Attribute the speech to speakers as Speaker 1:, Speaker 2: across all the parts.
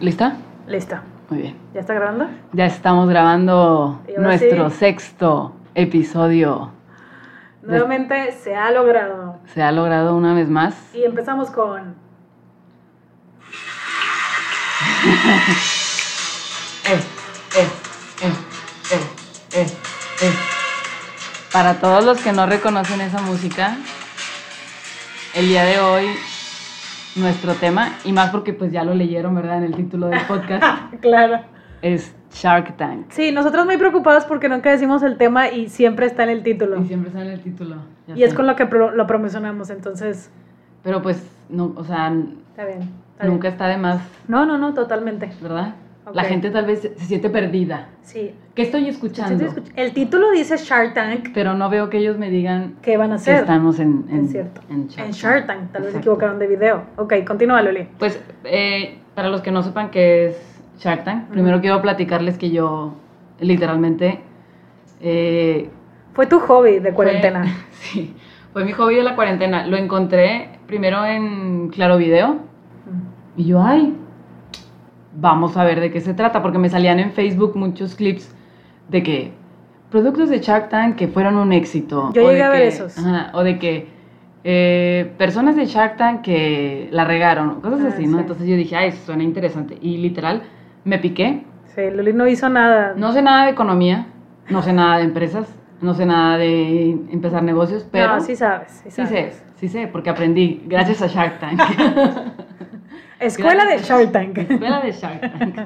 Speaker 1: ¿Lista?
Speaker 2: Lista.
Speaker 1: Muy bien.
Speaker 2: ¿Ya está grabando?
Speaker 1: Ya estamos grabando
Speaker 2: Y ahora
Speaker 1: nuestro
Speaker 2: sí.
Speaker 1: sexto episodio.
Speaker 2: Nuevamente se ha logrado.
Speaker 1: Se ha logrado una vez más.
Speaker 2: Y empezamos con.
Speaker 1: Eh, eh, eh, eh, eh, eh. Para todos los que no reconocen esa música, el día de hoy nuestro tema, y más porque pues ya lo leyeron, ¿verdad? En el título del podcast,
Speaker 2: claro.
Speaker 1: es Shark Tank.
Speaker 2: Sí, nosotros muy preocupados porque nunca decimos el tema y siempre está en el título.
Speaker 1: Y siempre sale el título. ya
Speaker 2: Y es
Speaker 1: sé.
Speaker 2: con lo que pro- lo promocionamos, entonces.
Speaker 1: Pero pues, no, o sea,
Speaker 2: Está bien. está bien.
Speaker 1: nunca está de más,
Speaker 2: No, no, no, totalmente.
Speaker 1: ¿verdad? La
Speaker 2: Ok.
Speaker 1: gente tal vez se se siente perdida.
Speaker 2: Sí.
Speaker 1: ¿Qué estoy
Speaker 2: Sí,
Speaker 1: escuchando?
Speaker 2: sí, escuch- El título dice Shark Tank.
Speaker 1: Pero no veo que ellos me digan
Speaker 2: ¿Qué van a
Speaker 1: que
Speaker 2: hacer?
Speaker 1: estamos en, en,
Speaker 2: Es cierto.
Speaker 1: en Shark
Speaker 2: En
Speaker 1: Tank.
Speaker 2: Shark Tank, tal vez
Speaker 1: Exacto.
Speaker 2: se equivocaron de video. Ok, continúa, Loli.
Speaker 1: Pues, eh, para los que no sepan qué es Shark Tank,
Speaker 2: Ujú.
Speaker 1: primero quiero platicarles que yo literalmente eh,
Speaker 2: Fue tu hobby de cuarentena.
Speaker 1: Fue, sí, fue mi hobby de la cuarentena. Lo encontré primero en Claro Video y yo, ay, vamos a ver de qué se trata, porque me salían en Facebook muchos clips de que productos de Shark Tank que fueron un éxito.
Speaker 2: Yo
Speaker 1: o de
Speaker 2: llegué a ver
Speaker 1: que-
Speaker 2: esos.
Speaker 1: ajá, o de que eh, personas de Shark Tank que la regaron, cosas
Speaker 2: Ah,
Speaker 1: así, ¿no?
Speaker 2: sí.
Speaker 1: Entonces yo dije, ay, eso suena interesante. Y literal, me piqué.
Speaker 2: Sí, Loli no hizo nada.
Speaker 1: No sé nada de economía, no sé nada de empresas, no sé nada de empezar negocios, pero
Speaker 2: no, sí sabes.
Speaker 1: sí
Speaker 2: Sí, sabes.
Speaker 1: sé, sí sé, porque aprendí gracias a Shark Tank.
Speaker 2: Escuela de
Speaker 1: Gracias.
Speaker 2: Shark Tank.
Speaker 1: Escuela de Shark Tank.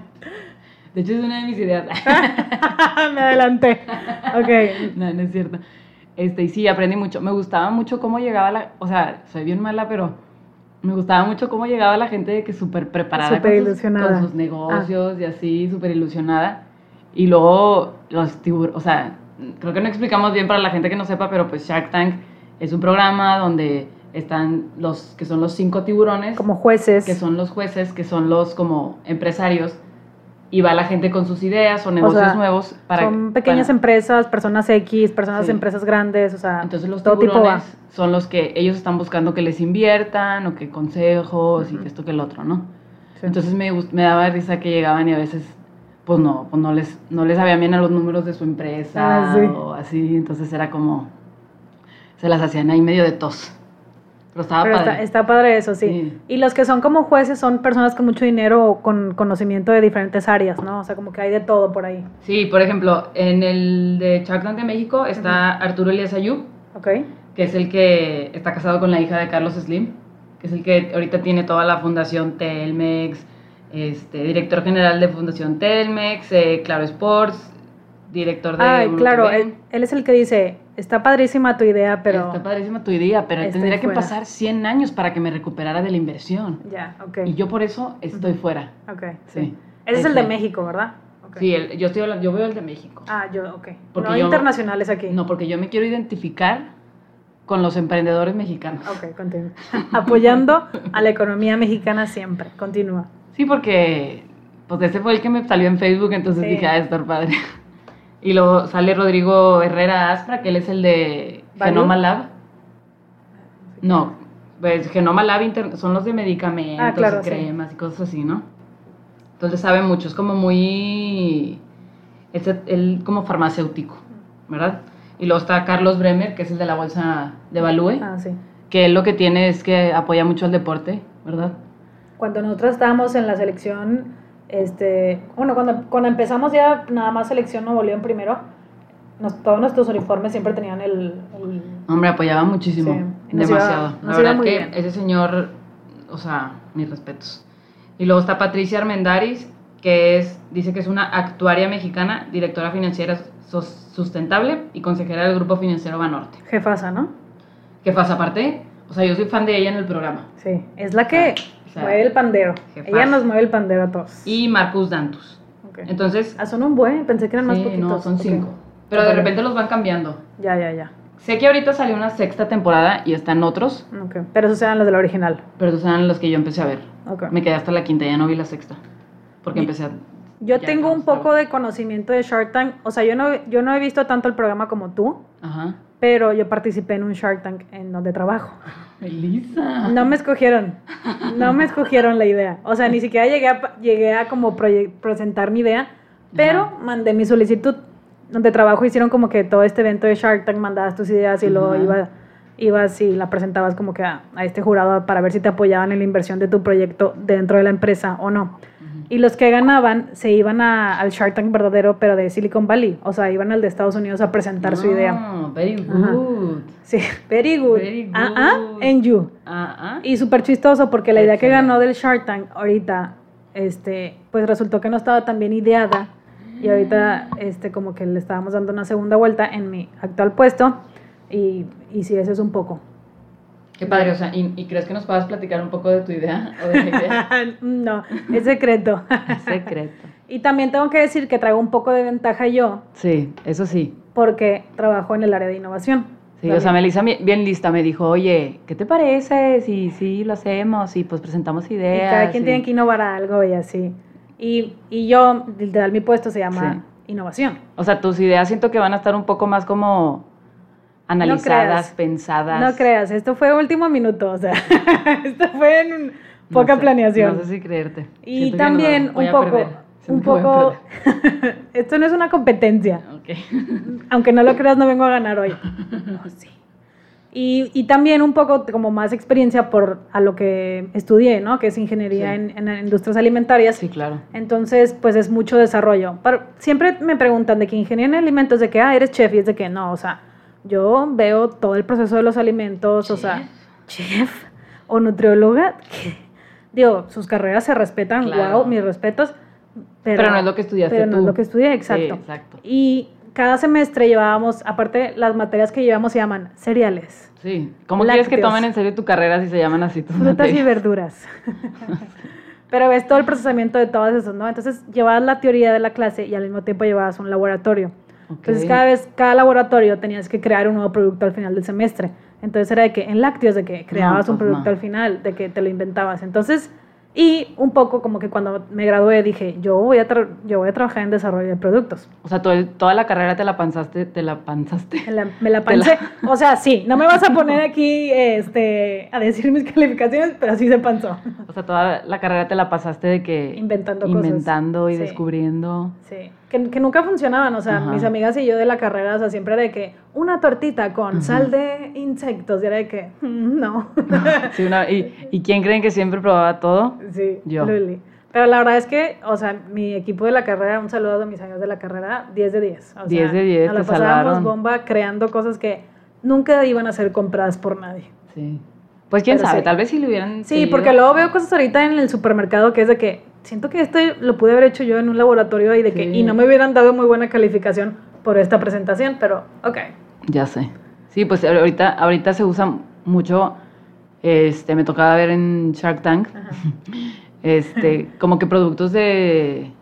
Speaker 1: De hecho, es una de mis ideas.
Speaker 2: Me adelanté. Ok.
Speaker 1: no, no es cierto. Este, y sí, aprendí mucho. Me gustaba mucho cómo llegaba la. O sea, soy bien mala, pero me gustaba mucho cómo llegaba la gente de que súper preparada
Speaker 2: Súper
Speaker 1: con, sus,
Speaker 2: ilusionada.
Speaker 1: con sus negocios y así, súper ilusionada. Y luego los tiburones. O sea, creo que no explicamos bien para la gente que no sepa, pero pues Shark Tank es un programa donde están los que son los cinco tiburones.
Speaker 2: Como jueces.
Speaker 1: que son los jueces, que son los como empresarios, y va la gente con sus ideas o negocios
Speaker 2: sea,
Speaker 1: nuevos para...
Speaker 2: son pequeñas
Speaker 1: para-
Speaker 2: empresas, personas X, personas
Speaker 1: Sí.
Speaker 2: empresas grandes, o sea,
Speaker 1: entonces los
Speaker 2: todo tipo
Speaker 1: tiburones
Speaker 2: va.
Speaker 1: son los que ellos están buscando que les inviertan o que consejos y
Speaker 2: Ujú.
Speaker 1: que esto que el otro, ¿no?
Speaker 2: Sí.
Speaker 1: Entonces me, gust- me daba risa que llegaban y a veces pues no, pues no les, no les sabían bien a los números de su empresa
Speaker 2: Ah, sí.
Speaker 1: o así, entonces era como, se las hacían ahí medio de tos. Pero estaba
Speaker 2: Pero
Speaker 1: padre.
Speaker 2: está, está padre eso, sí.
Speaker 1: Sí.
Speaker 2: Y los que son como jueces son personas con mucho dinero o con conocimiento de diferentes áreas, ¿no? O sea, como que hay de todo por ahí.
Speaker 1: Sí, por ejemplo, en el de Shark Tank de México está Arturo Elías Ayub,
Speaker 2: ¿Ok?
Speaker 1: que es el que está casado con la hija de Carlos Slim, que es el que ahorita tiene toda la fundación Telmex, este, director general de Fundación Telmex, eh, Claro Sports, director de...
Speaker 2: Ay,
Speaker 1: Uno
Speaker 2: claro,
Speaker 1: TV.
Speaker 2: él, él es el que dice, está padrísima tu idea, pero...
Speaker 1: Está padrísima tu idea, pero
Speaker 2: Estoy
Speaker 1: tendría que
Speaker 2: fuera.
Speaker 1: pasar 100 años para que me recuperara de la inversión.
Speaker 2: Ya, ok.
Speaker 1: Y yo por eso estoy fuera.
Speaker 2: Ok, sí.
Speaker 1: Sí.
Speaker 2: Ese es el de
Speaker 1: Ese.
Speaker 2: México, ¿verdad? Ok.
Speaker 1: Sí, el- yo, estoy hablando- yo veo el de México.
Speaker 2: Ah, yo, ok.
Speaker 1: Porque
Speaker 2: no
Speaker 1: yo-
Speaker 2: internacionales aquí.
Speaker 1: No, porque yo me quiero identificar con los emprendedores mexicanos.
Speaker 2: Ok, continúa. Apoyando a la economía mexicana siempre. Continúa.
Speaker 1: Sí, porque pues ese fue el que me salió en Facebook, entonces
Speaker 2: Sí.
Speaker 1: dije, ah, estar padre. Y luego sale Rodrigo Herrera Aspra, que él es el de
Speaker 2: ¿Valud?
Speaker 1: Genoma Lab. No, pues Genoma Lab inter- son los de medicamentos,
Speaker 2: Ah, claro,
Speaker 1: y
Speaker 2: sí.
Speaker 1: cremas y cosas así, ¿no? Entonces sabe mucho, es como muy... Es el, como farmacéutico, ¿verdad? Y luego está Carlos Bremer, que es el de la bolsa de Value,
Speaker 2: Ah, sí.
Speaker 1: que él lo que tiene es que apoya mucho al deporte, ¿verdad?
Speaker 2: Cuando nosotros estábamos en la selección, este, bueno, cuando, cuando empezamos ya nada más selección Nuevo León primero, nos- todos nuestros uniformes siempre tenían el... el-
Speaker 1: Hombre, apoyaba muchísimo.
Speaker 2: Sí, nos
Speaker 1: demasiado.
Speaker 2: iba-
Speaker 1: la
Speaker 2: nos
Speaker 1: verdad
Speaker 2: iba muy
Speaker 1: que
Speaker 2: bien.
Speaker 1: ese señor, o sea, mis respetos. Y luego está Patricia Armendaris, que es, dice que es una actuaria mexicana, directora financiera sos- sustentable y consejera del grupo financiero Banorte.
Speaker 2: Jefasa, ¿no?
Speaker 1: Que pasa aparte, o sea, yo soy fan de ella en el programa.
Speaker 2: Sí. Es la que
Speaker 1: Ah, O sea,
Speaker 2: mueve el pandero.
Speaker 1: jefasa.
Speaker 2: Ella nos mueve el pandero a todos.
Speaker 1: Y Marcus Dantus.
Speaker 2: Ok.
Speaker 1: Entonces,
Speaker 2: Ah, son un buen, pensé que eran más
Speaker 1: sí,
Speaker 2: poquitos.
Speaker 1: no, son
Speaker 2: Ok.
Speaker 1: cinco. Pero de
Speaker 2: Vale.
Speaker 1: repente los van cambiando.
Speaker 2: Ya, ya, ya.
Speaker 1: Sé que ahorita salió una sexta temporada y están otros,
Speaker 2: Ok. Pero esos eran los del original.
Speaker 1: pero esos eran los que yo empecé a ver.
Speaker 2: Ok.
Speaker 1: Me quedé hasta la quinta, ya no vi la sexta. Porque
Speaker 2: Y-
Speaker 1: empecé a
Speaker 2: Yo
Speaker 1: Ya
Speaker 2: tengo un
Speaker 1: estamos,
Speaker 2: poco de conocimiento de Shark Tank. O sea, yo no, yo no he visto tanto el programa como tú,
Speaker 1: Ajá.
Speaker 2: pero yo participé en un Shark Tank en donde trabajo.
Speaker 1: Elisa.
Speaker 2: No me escogieron. No me escogieron la idea. O sea, ni siquiera llegué a, llegué a como proye- presentar mi idea, pero
Speaker 1: Ajá.
Speaker 2: mandé mi solicitud. Donde trabajo hicieron como que todo este evento de Shark Tank, mandabas tus ideas y luego
Speaker 1: Ajá.
Speaker 2: iba, ibas y la presentabas como que a, a este jurado para ver si te apoyaban en la inversión de tu proyecto dentro de la empresa o no.
Speaker 1: Ujú.
Speaker 2: Y los que ganaban se iban a- al Shark Tank verdadero, pero de Silicon Valley. O sea, iban al de Estados Unidos a presentar su idea.
Speaker 1: No, very
Speaker 2: Ajá.
Speaker 1: good.
Speaker 2: Sí, very good.
Speaker 1: Very good.
Speaker 2: Ah, ah, and you.
Speaker 1: Ah, ah.
Speaker 2: Y súper chistoso porque la idea que
Speaker 1: Excelente.
Speaker 2: ganó del Shark Tank ahorita, este, pues resultó que no estaba tan bien ideada. Y ahorita, este, como que le estábamos dando una segunda vuelta en mi actual puesto. Y, y sí, eso es un poco.
Speaker 1: Qué padre, o sea, ¿y, y crees que nos puedas platicar un poco de tu idea o de la idea?
Speaker 2: no, es secreto.
Speaker 1: Secreto.
Speaker 2: y también tengo que decir que traigo un poco de ventaja yo
Speaker 1: Sí, eso sí.
Speaker 2: porque trabajo en el área de innovación.
Speaker 1: Sí, o sea, Melissa mi- bien lista me dijo, oye, ¿qué te parece? Si sí, lo hacemos y pues presentamos
Speaker 2: Y
Speaker 1: ideas.
Speaker 2: cada quien
Speaker 1: y-
Speaker 2: tiene que innovar algo y así. Y, y yo, literal, mi puesto se llama innovación.
Speaker 1: O sea, tus ideas siento que van a estar un poco más como analizadas,
Speaker 2: creas.
Speaker 1: pensadas.
Speaker 2: No creas, esto fue último minuto, o sea, esto fue en un-
Speaker 1: No
Speaker 2: poca
Speaker 1: sé,
Speaker 2: planeación.
Speaker 1: No sé si creerte.
Speaker 2: y
Speaker 1: Siento que
Speaker 2: también
Speaker 1: no, voy
Speaker 2: un
Speaker 1: a
Speaker 2: poco,
Speaker 1: perder.
Speaker 2: un
Speaker 1: Siento que voy a
Speaker 2: poco, esto no es una competencia,
Speaker 1: perder. Ok.
Speaker 2: aunque no lo creas, no vengo a ganar hoy. No, sí. Y, y también un poco como más experiencia por a lo que estudié, ¿no? Que es ingeniería
Speaker 1: Sí.
Speaker 2: en, en industrias alimentarias.
Speaker 1: Sí, claro.
Speaker 2: Entonces, pues es mucho desarrollo. Pero siempre me preguntan de que ingeniero en alimentos, de que, ah, eres chef, y es de que no, o sea, yo veo todo el proceso de los alimentos, o sea, chef o nutrióloga, que- digo, sus carreras se respetan,
Speaker 1: Claro.
Speaker 2: wow, mis respetos. Pero,
Speaker 1: Pero no es lo que estudiaste
Speaker 2: Pero no
Speaker 1: tú.
Speaker 2: es lo que estudié,
Speaker 1: Sí,
Speaker 2: exacto.
Speaker 1: exacto.
Speaker 2: Y cada semestre llevábamos, aparte, las materias que llevamos se llaman cereales,
Speaker 1: Sí. ¿Cómo quieres que
Speaker 2: Lácteos.
Speaker 1: tomen en serio tu carrera si se llaman así tus
Speaker 2: frutas y
Speaker 1: materias?
Speaker 2: verduras. Pero ves todo el procesamiento de todas esas, ¿no? Entonces llevabas la teoría de la clase y al mismo tiempo llevabas un laboratorio.
Speaker 1: Ok.
Speaker 2: Entonces Pues cada vez, cada laboratorio tenías que crear un nuevo producto al final del semestre. Entonces era de que en lácteos, de que creabas un
Speaker 1: pues,
Speaker 2: producto
Speaker 1: no.
Speaker 2: al final, de que te lo inventabas. Entonces, y un poco como que cuando me gradué dije, yo voy a, tra- yo voy a trabajar en desarrollo de productos.
Speaker 1: O sea, todo el- toda la carrera te la panzaste, te la panzaste.
Speaker 2: Me la, me la
Speaker 1: Te la-
Speaker 2: pancé. O sea, sí, no me vas a poner aquí este, a decir mis calificaciones, pero sí se panzó.
Speaker 1: O sea, toda la carrera te la pasaste de que
Speaker 2: Inventando cosas.
Speaker 1: inventando y
Speaker 2: Sí.
Speaker 1: descubriendo.
Speaker 2: Sí, que, que nunca funcionaban, o sea,
Speaker 1: Ajá.
Speaker 2: mis amigas y yo de la carrera, o sea, siempre era de que una tortita con sal de insectos, y era de que, "Mm, no,
Speaker 1: Sí, una- y, ¿Y quién creen que siempre probaba todo?
Speaker 2: sí,
Speaker 1: Yo.
Speaker 2: Luli. Pero la verdad es que, o sea, mi equipo de la carrera, un saludo a mis amigos de la carrera, 10 de 10. O
Speaker 1: 10
Speaker 2: sea,
Speaker 1: de 10,
Speaker 2: nos la
Speaker 1: te
Speaker 2: pasábamos
Speaker 1: salvaron.
Speaker 2: bomba creando cosas que nunca iban a ser compradas por nadie.
Speaker 1: Sí. Pues quién
Speaker 2: Pero
Speaker 1: sabe,
Speaker 2: sí.
Speaker 1: tal vez si le hubieran.
Speaker 2: Sí,
Speaker 1: seguido.
Speaker 2: porque luego veo cosas ahorita en el supermercado que es de que siento que esto lo pude haber hecho yo en un laboratorio y de que
Speaker 1: Sí.
Speaker 2: y no me hubieran dado muy buena calificación por esta presentación, pero ok.
Speaker 1: Ya sé. Sí, pues ahorita, ahorita se usa mucho. Este, me tocaba ver en Shark Tank. Este, como que productos de.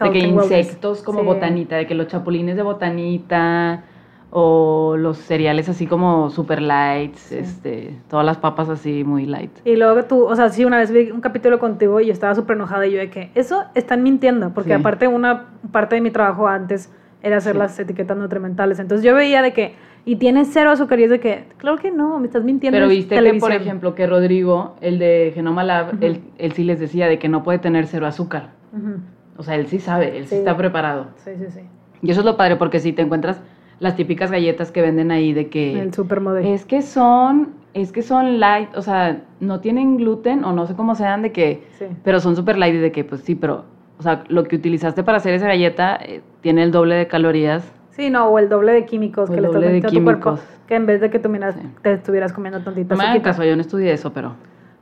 Speaker 1: De
Speaker 2: Health
Speaker 1: que
Speaker 2: and wellness.
Speaker 1: insectos como
Speaker 2: Sí.
Speaker 1: botanita, de que los chapulines de botanita o los cereales así como super lights, este, todas las papas así muy light.
Speaker 2: Y luego tú, o sea, sí, una vez vi un capítulo contigo y yo estaba súper enojada y yo de que eso están mintiendo, porque
Speaker 1: Sí.
Speaker 2: aparte una parte de mi trabajo antes era hacer
Speaker 1: Sí.
Speaker 2: las etiquetas nutrimentales. Entonces yo veía de que, y tiene cero azúcar y es de que, claro que no, me estás mintiendo.
Speaker 1: Pero
Speaker 2: es
Speaker 1: viste que,
Speaker 2: televisión".
Speaker 1: por ejemplo, que Rodrigo, el de Genoma Lab,
Speaker 2: Ujú.
Speaker 1: él, él sí les decía de que no puede tener cero azúcar.
Speaker 2: Ujú.
Speaker 1: O sea, él sí sabe, él sí,
Speaker 2: Sí.
Speaker 1: está preparado.
Speaker 2: Sí, sí, sí.
Speaker 1: Y eso es lo padre, porque si te encuentras las típicas galletas que venden ahí de que...
Speaker 2: El supermodelo.
Speaker 1: Es que son, es que son light, o sea, no tienen gluten o no sé cómo sean de que...
Speaker 2: Sí.
Speaker 1: Pero son super light y de que, pues sí, pero, o sea, lo que utilizaste para hacer esa galleta eh, tiene el doble de calorías.
Speaker 2: Sí, no, o el doble de químicos
Speaker 1: O
Speaker 2: que
Speaker 1: el
Speaker 2: le estás
Speaker 1: doble de
Speaker 2: metiendo a tu cuerpo.
Speaker 1: químicos.
Speaker 2: Que en vez de que tú miras-
Speaker 1: Sí.
Speaker 2: te estuvieras comiendo
Speaker 1: No
Speaker 2: tontitas.
Speaker 1: me hagan
Speaker 2: chiquitas.
Speaker 1: caso, yo no estudié eso, pero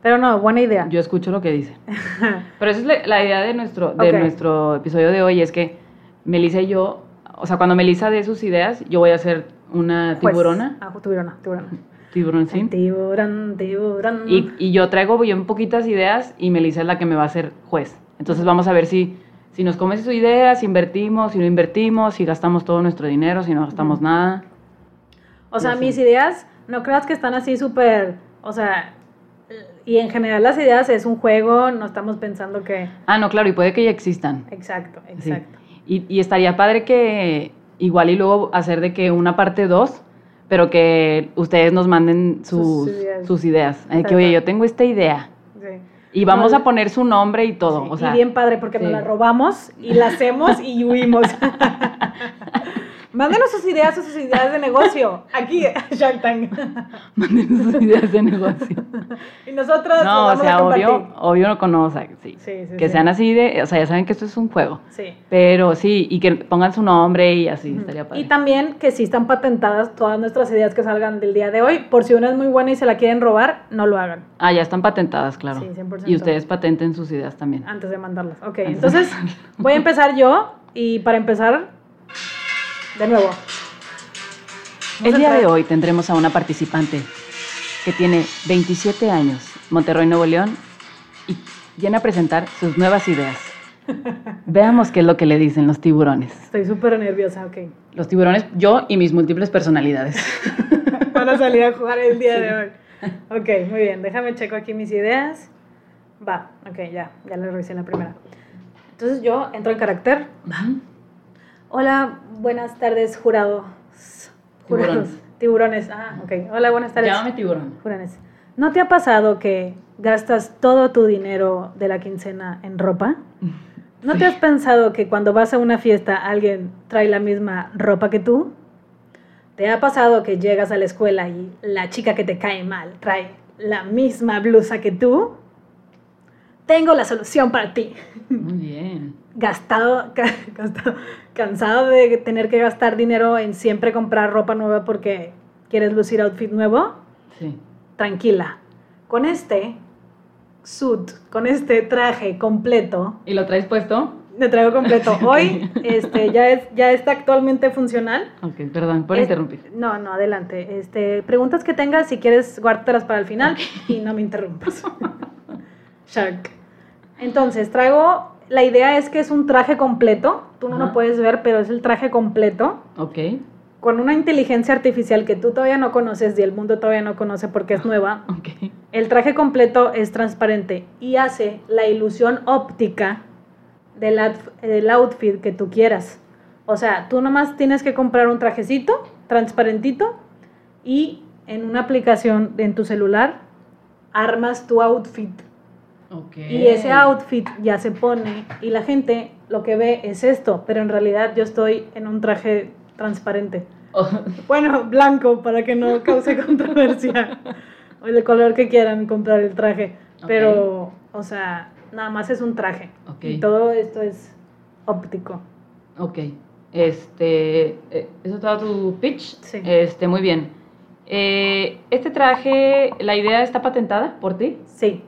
Speaker 2: Pero no, buena idea.
Speaker 1: yo escucho lo que dice. Pero esa es la, la idea de nuestro, de
Speaker 2: Ok.
Speaker 1: nuestro episodio de hoy, es que Melissa y yo, o sea, cuando Melissa dé sus ideas, yo voy a hacer una
Speaker 2: Juez.
Speaker 1: tiburona,
Speaker 2: Ah, tiburona, tiburona.
Speaker 1: tiburoncín,
Speaker 2: Tiburón, tiburón.
Speaker 1: y, y yo traigo bien poquitas ideas y Melissa es la que me va a hacer juez. Entonces vamos a ver si, si nos comes sus ideas, si invertimos, si no invertimos, si gastamos todo nuestro dinero, si no gastamos nada.
Speaker 2: O sea,
Speaker 1: Ya sé.
Speaker 2: mis ideas, no creas que están así súper, o sea, y en general las ideas es un juego, no estamos pensando que...
Speaker 1: Ah, no, claro, y puede que ya existan.
Speaker 2: Exacto, exacto.
Speaker 1: Sí. Y, y estaría padre que igual y luego hacer de que una parte 2, pero que ustedes nos manden sus,
Speaker 2: Sus ideas.
Speaker 1: sus ideas. Eh,
Speaker 2: Tal
Speaker 1: que, oye,
Speaker 2: cual.
Speaker 1: yo tengo esta idea.
Speaker 2: Sí.
Speaker 1: Y vamos
Speaker 2: No,
Speaker 1: a poner su nombre y todo.
Speaker 2: Sí,
Speaker 1: o sea,
Speaker 2: y bien padre porque nos
Speaker 1: sí.
Speaker 2: la robamos y la hacemos y huimos. Mándenos sus ideas o sus ideas de negocio. Aquí, Shark Tank.
Speaker 1: manden sus ideas de negocio.
Speaker 2: Y nosotros nos
Speaker 1: No, o
Speaker 2: vamos a
Speaker 1: sea,
Speaker 2: compartir.
Speaker 1: obvio, obvio no conozco, sí.
Speaker 2: Sí, sí,
Speaker 1: que
Speaker 2: sí.
Speaker 1: sean así de, o sea, ya saben que esto es un juego.
Speaker 2: Sí.
Speaker 1: Pero sí, y que pongan su nombre y así, estaría padre.
Speaker 2: Y también que sí están patentadas todas nuestras ideas que salgan del día de hoy. Por si una es muy buena y se la quieren robar, no lo hagan
Speaker 1: ah, ya están patentadas, claro.
Speaker 2: Sí, 100%.
Speaker 1: Y ustedes patenten sus ideas también.
Speaker 2: antes de mandarlas. Ok,
Speaker 1: Antes de
Speaker 2: entonces voy a empezar yo y para empezar, de nuevo.
Speaker 1: El
Speaker 2: se
Speaker 1: día
Speaker 2: trae-
Speaker 1: de hoy tendremos a una participante que tiene 27 años, Monterrey, Nuevo León, y viene a presentar sus nuevas ideas. Veamos qué es lo que le dicen los tiburones.
Speaker 2: Estoy súper nerviosa, ok.
Speaker 1: Los tiburones, yo y mis múltiples personalidades.
Speaker 2: para salir a jugar el día de hoy. Ok, muy bien, déjame checo aquí mis ideas. Va, ok, ya, ya le revisé la primera. Entonces yo entro en carácter. Hola, buenas tardes, jurado. Jurados. Tiburones. Ah, ok. Hola, buenas tardes.
Speaker 1: Llámame tiburón.
Speaker 2: Juranes. ¿No te ha pasado que gastas todo tu dinero de la quincena en ropa? ¿No te has pensado que cuando vas a una fiesta alguien trae la misma ropa que tú? ¿Te ha pasado que llegas a la escuela y la chica que te cae mal trae la misma blusa que tú? Tengo la solución para ti.
Speaker 1: Muy bien.
Speaker 2: Gastado, ca- gastado- cansado de tener que gastar dinero en siempre comprar ropa nueva porque quieres lucir outfit nuevo
Speaker 1: Sí.
Speaker 2: tranquila. Con este suit, con este traje completo,
Speaker 1: ¿Y lo traes puesto?
Speaker 2: me traigo completo hoy, este, ya, es, ya está actualmente funcional.
Speaker 1: Ok, perdón por
Speaker 2: Es-
Speaker 1: interrumpir.
Speaker 2: No, no, adelante. Este, preguntas que tengas, si quieres, guárdatelas para el final y no me interrumpas. Shark. Entonces, traigo, la idea es que es un traje completo, tú no
Speaker 1: Ajá.
Speaker 2: lo puedes ver, pero es el traje completo
Speaker 1: Ok.
Speaker 2: con una inteligencia artificial que tú todavía no conoces y el mundo todavía no conoce porque es nueva,
Speaker 1: Ok.
Speaker 2: El traje completo es transparente y hace la ilusión óptica del, outf- del outfit que tú quieras. O sea, tú nomás tienes que comprar un trajecito transparentito y en una aplicación en tu celular armas tu outfit.
Speaker 1: Ok.
Speaker 2: Y ese outfit ya se pone y la gente lo que ve es esto, pero en realidad yo estoy en un traje transparente. Bueno, blanco para que no cause controversia. O el color que quieran comprar el traje. Pero, o sea, nada más es un traje.
Speaker 1: Ok.
Speaker 2: Y todo esto es óptico.
Speaker 1: Ok. Este, eh, ¿eso estaba tu pitch?
Speaker 2: Sí.
Speaker 1: Este, muy bien. Eh, este traje, la idea está patentada por ti.
Speaker 2: Sí,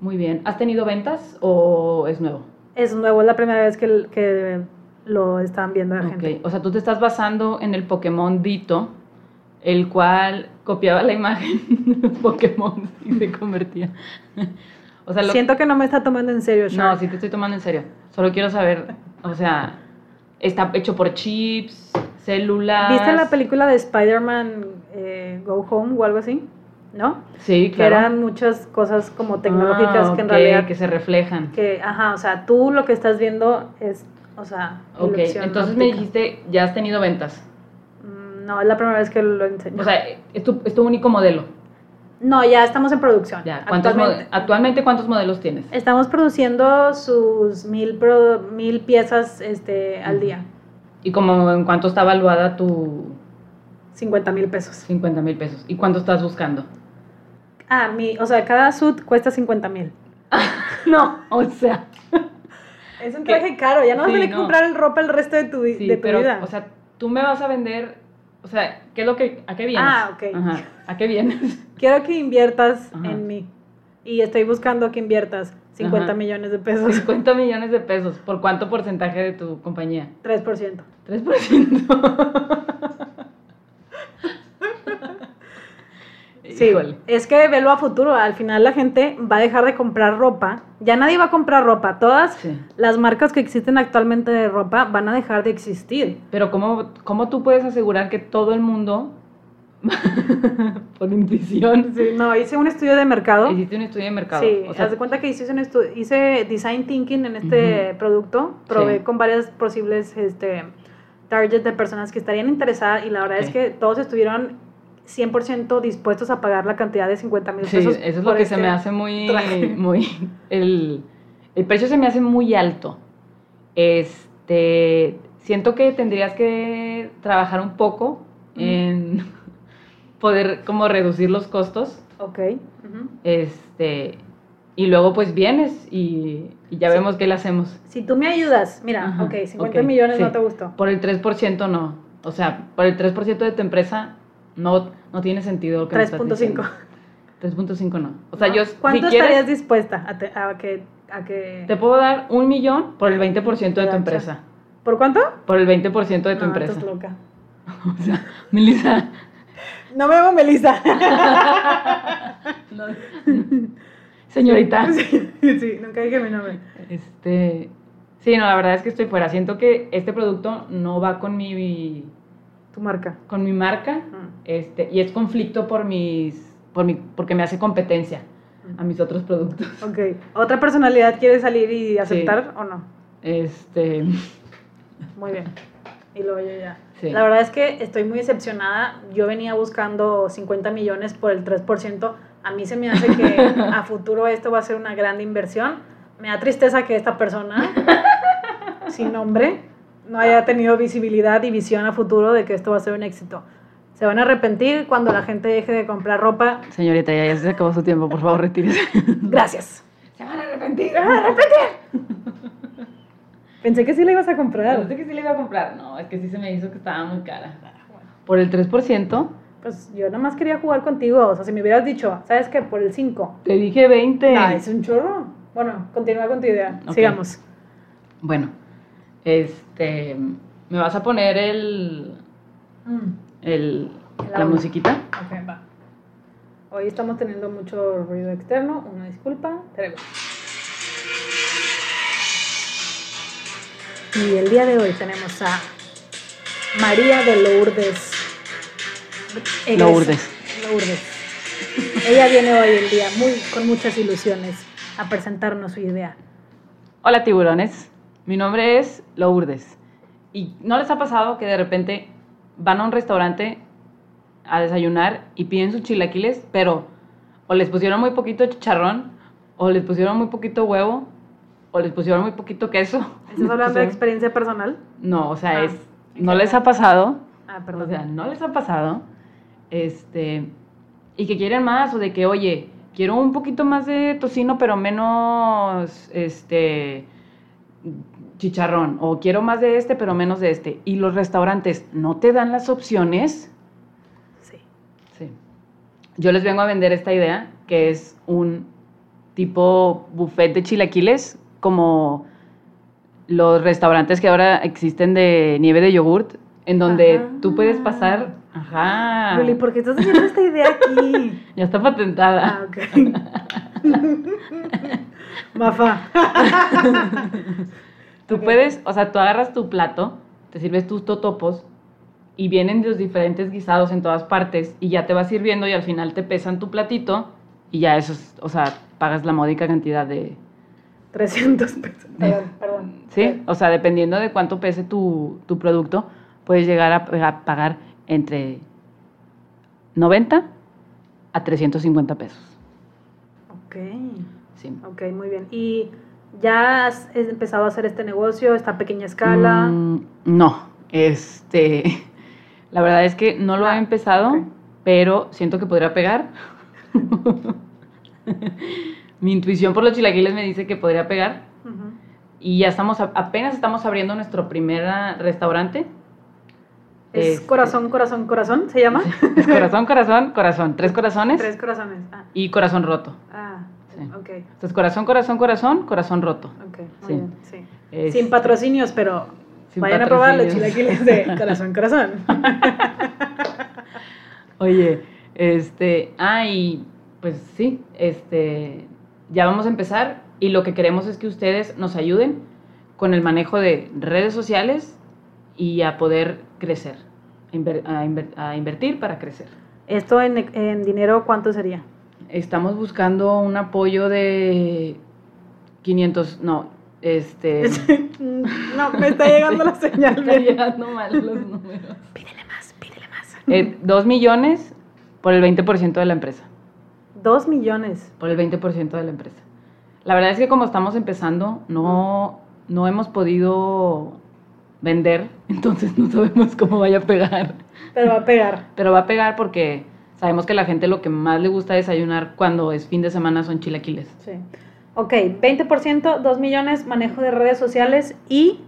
Speaker 1: Muy bien. ¿Has tenido ventas o es nuevo?
Speaker 2: es nuevo, es la primera vez que, que lo están viendo la
Speaker 1: Ok.
Speaker 2: gente.
Speaker 1: O sea, tú te estás basando en el Pokémon Dito, el cual copiaba la imagen de Pokémon y se convertía. O sea, lo,
Speaker 2: Siento que no me está tomando en serio,
Speaker 1: No,
Speaker 2: Shark.
Speaker 1: sí te estoy tomando en serio. Solo quiero saber, o sea, está hecho por chips, células.
Speaker 2: ¿Viste la película de Spider-Man eh, Go Home o algo así? ¿No?
Speaker 1: Sí,
Speaker 2: Que
Speaker 1: claro.
Speaker 2: eran muchas cosas como tecnológicas
Speaker 1: Ah,
Speaker 2: que en
Speaker 1: ok,
Speaker 2: realidad...
Speaker 1: que se reflejan.
Speaker 2: que, ajá, o sea, tú lo que estás viendo es, o sea,
Speaker 1: ok,
Speaker 2: ilusión
Speaker 1: entonces me
Speaker 2: óptica.
Speaker 1: dijiste, ya has tenido ventas.
Speaker 2: Mm, No, es la primera vez que lo enseño.
Speaker 1: O sea, es tu, es tu único modelo.
Speaker 2: no, ya estamos en producción.
Speaker 1: Ya, ¿cuántos Ah, mode-
Speaker 2: actualmente.
Speaker 1: actualmente. ¿cuántos modelos tienes?
Speaker 2: Estamos produciendo sus mil, pro- mil piezas este, al día.
Speaker 1: ¿Y como en cuánto está evaluada tu
Speaker 2: 50 mil pesos.
Speaker 1: 50 mil pesos? ¿Y cuánto estás buscando?
Speaker 2: Ah, mi, o sea, cada suit cuesta 50 mil.
Speaker 1: No, o sea,
Speaker 2: Es un
Speaker 1: ¿Qué?
Speaker 2: traje caro, ya no vas
Speaker 1: Sí,
Speaker 2: a tener que
Speaker 1: no.
Speaker 2: comprar el ropa el resto de tu, vi-
Speaker 1: sí,
Speaker 2: de tu
Speaker 1: pero,
Speaker 2: vida.
Speaker 1: o sea, tú me vas a vender, o sea, ¿qué es lo que, a qué vienes?
Speaker 2: Ah, ok.
Speaker 1: Ajá, ¿a qué vienes?
Speaker 2: Quiero que inviertas
Speaker 1: Ajá.
Speaker 2: en mí. Y estoy buscando que inviertas 50
Speaker 1: Ajá.
Speaker 2: millones de pesos,
Speaker 1: 50 millones de pesos, ¿por cuánto porcentaje de tu compañía?
Speaker 2: 3%.
Speaker 1: 3%.
Speaker 2: Sí,
Speaker 1: Eh, Híjole.
Speaker 2: es que velo a futuro. Al final la gente va a dejar de comprar ropa. Ya nadie va a comprar ropa. Todas
Speaker 1: Sí.
Speaker 2: las marcas que existen actualmente de ropa van a dejar de existir.
Speaker 1: Pero ¿cómo, cómo tú puedes asegurar que todo el mundo Por intuición.
Speaker 2: Sí, no, hice un estudio de mercado.
Speaker 1: Hiciste un estudio de mercado.
Speaker 2: Sí,
Speaker 1: o sea,
Speaker 2: haz de cuenta que hice, un estu- hice design thinking en este producto. Probé
Speaker 1: Sí.
Speaker 2: con varias posibles este, targets de personas que estarían interesadas y la verdad es
Speaker 1: Ok.
Speaker 2: que todos estuvieron 100% dispuestos a pagar la cantidad de 50 mil
Speaker 1: sí,
Speaker 2: pesos.
Speaker 1: eso es lo
Speaker 2: por
Speaker 1: que se
Speaker 2: este-
Speaker 1: me hace muy,
Speaker 2: traje.
Speaker 1: muy, el, el precio se me hace muy alto. Este, siento que tendrías que trabajar un poco
Speaker 2: Ujú.
Speaker 1: en poder como reducir los costos.
Speaker 2: Ok. ujú.
Speaker 1: Este, y luego pues vienes y, y ya
Speaker 2: Sí.
Speaker 1: vemos qué le hacemos.
Speaker 2: Si tú me ayudas, mira,
Speaker 1: Ajá,
Speaker 2: ok, 50
Speaker 1: ok,
Speaker 2: millones
Speaker 1: sí.
Speaker 2: no te gustó.
Speaker 1: Por el 3% no. O sea, por el 3% de tu empresa no, no tiene sentido lo que me estás
Speaker 2: 3.5.
Speaker 1: diciendo. 3.5 no. O sea, yo si
Speaker 2: ¿Cuánto
Speaker 1: quieres,
Speaker 2: estarías dispuesta a, te- a que... A que
Speaker 1: te puedo dar un millón por el 20% de tu
Speaker 2: Gracias.
Speaker 1: empresa.
Speaker 2: ¿Por cuánto?
Speaker 1: Por el 20% de tu
Speaker 2: no, estás
Speaker 1: empresa.
Speaker 2: loca.
Speaker 1: O sea, Melissa.
Speaker 2: No me llamo Melissa.
Speaker 1: no. Señorita.
Speaker 2: Sí, sí, nunca dije mi nombre.
Speaker 1: Este, sí, no, la verdad es que estoy fuera. Siento que este producto no va con mi,
Speaker 2: Tu marca.
Speaker 1: con mi marca. Este, y es conflicto por mis, por mi, porque me hace competencia a mis otros productos.
Speaker 2: Ok. ¿Otra personalidad quiere salir y aceptar o no?
Speaker 1: Este,
Speaker 2: Muy bien. Y luego yo ya.
Speaker 1: Sí.
Speaker 2: La verdad es que estoy muy decepcionada. Yo venía buscando 50 millones por el 3%. A mí se me hace que a futuro esto va a ser una gran inversión. Me da tristeza que esta persona, sin nombre, no haya tenido visibilidad y visión a futuro de que esto va a ser un éxito. Se van a arrepentir cuando la gente deje de comprar ropa.
Speaker 1: señorita, ya, ya se acabó su tiempo, por favor, retírese.
Speaker 2: Gracias.
Speaker 1: Se van a arrepentir.
Speaker 2: Pensé que sí la ibas a comprar.
Speaker 1: Pensé que sí le iba a comprar. No, es que sí se me hizo que estaba muy cara.
Speaker 2: Ah,
Speaker 1: Por el 3%,
Speaker 2: Pues yo nomás quería jugar contigo. O sea, si me hubieras dicho, ¿sabes qué? Por el 5.
Speaker 1: te dije 20.
Speaker 2: Ah, es un chorro. Bueno, continúa con tu idea.
Speaker 1: Ok.
Speaker 2: Sigamos.
Speaker 1: Bueno, este, ¿me vas a poner el, el,
Speaker 2: El
Speaker 1: la
Speaker 2: audio.
Speaker 1: musiquita?
Speaker 2: Mm, Ok, va. Hoy estamos teniendo mucho ruido externo. Una disculpa. Pero... Y el día de hoy tenemos a María de Lourdes. Egresa-
Speaker 1: Lourdes.
Speaker 2: Lourdes. Ella viene hoy el día muy, con muchas ilusiones a presentarnos su idea.
Speaker 1: Hola tiburones, mi nombre es Lourdes. ¿Y no les ha pasado que de repente van a un restaurante a desayunar y piden sus chilaquiles, pero o les pusieron muy poquito chicharrón, o les pusieron muy poquito huevo, o les pusieron muy poquito queso?
Speaker 2: ¿Estás hablando de
Speaker 1: Pusieron-
Speaker 2: experiencia personal?
Speaker 1: No, o sea,
Speaker 2: Ah,
Speaker 1: es,
Speaker 2: en
Speaker 1: no les
Speaker 2: general.
Speaker 1: ha pasado
Speaker 2: Ah,
Speaker 1: o
Speaker 2: perdón.
Speaker 1: sea, no les ha pasado. Este. Y que quieren más, o de que, oye, quiero un poquito más de tocino, pero menos. Este. Chicharrón. O quiero más de este, pero menos de este. Y los restaurantes no te dan las opciones.
Speaker 2: Sí.
Speaker 1: Sí. Yo les vengo a vender esta idea, que es un tipo buffet de chilaquiles, como los restaurantes que ahora existen de nieve de yogurt, en donde
Speaker 2: Ajá.
Speaker 1: tú puedes pasar. Ajá.
Speaker 2: Luli, ¿por qué estás haciendo esta idea aquí?
Speaker 1: Ya está patentada.
Speaker 2: Ah, ok. Mafa.
Speaker 1: Tú
Speaker 2: ok.
Speaker 1: puedes, o sea, tú agarras tu plato, te sirves tus totopos y vienen los diferentes guisados en todas partes y ya te vas sirviendo y al final te pesan tu platito y ya eso, es- o sea, pagas la módica cantidad de,
Speaker 2: 300 pesos. Perdón, perdón.
Speaker 1: ¿sí? O sea, dependiendo de cuánto pese tu, tu producto, puedes llegar a, a pagar entre 90 a 350 pesos.
Speaker 2: Ok,
Speaker 1: Sí.
Speaker 2: ok, muy bien. ¿Y ya has empezado a hacer este negocio, esta pequeña escala?
Speaker 1: Mm, no, este, la verdad es que no lo
Speaker 2: Ah,
Speaker 1: he empezado,
Speaker 2: ok.
Speaker 1: pero siento que podría pegar. Mi intuición por los chilaquiles me dice que podría pegar.
Speaker 2: Ujú.
Speaker 1: Y ya estamos, a- apenas estamos abriendo nuestro primer ah, restaurante.
Speaker 2: ¿Es
Speaker 1: Este-
Speaker 2: corazón, corazón, corazón? ¿Se llama?
Speaker 1: Es corazón, corazón, corazón. Tres corazones
Speaker 2: Tres corazones. Ah,
Speaker 1: y corazón roto.
Speaker 2: ah
Speaker 1: Sí.
Speaker 2: ok,
Speaker 1: Entonces, corazón, corazón, corazón, corazón roto.
Speaker 2: ok, muy
Speaker 1: Sí.
Speaker 2: bien, sí.
Speaker 1: Es-
Speaker 2: Sin patrocinios, pero
Speaker 1: sin
Speaker 2: vayan a probar los
Speaker 1: patrocinios.
Speaker 2: chilaquiles de corazón, corazón.
Speaker 1: Oye, este, ay, pues sí, este, ya vamos a empezar y lo que queremos es que ustedes nos ayuden con el manejo de redes sociales y a poder crecer, a inver- a inver- a invertir para crecer.
Speaker 2: Esto en, en dinero, ¿cuánto sería?
Speaker 1: Estamos buscando un apoyo de 500, no, este...
Speaker 2: no, me está llegando la señal.
Speaker 1: Está llegando mal los números.
Speaker 2: Pídele más, pídele más.
Speaker 1: Eh, dos millones por el 20% de la empresa.
Speaker 2: Dos millones.
Speaker 1: Por el 20% de la empresa. La verdad es que como estamos empezando, no, no hemos podido vender, entonces no sabemos cómo vaya a pegar.
Speaker 2: Pero va a pegar.
Speaker 1: Pero va a pegar porque sabemos que la gente lo que más le gusta desayunar cuando es fin de semana son chilaquiles.
Speaker 2: Sí. Ok, 20%, 2 millones, manejo de redes sociales y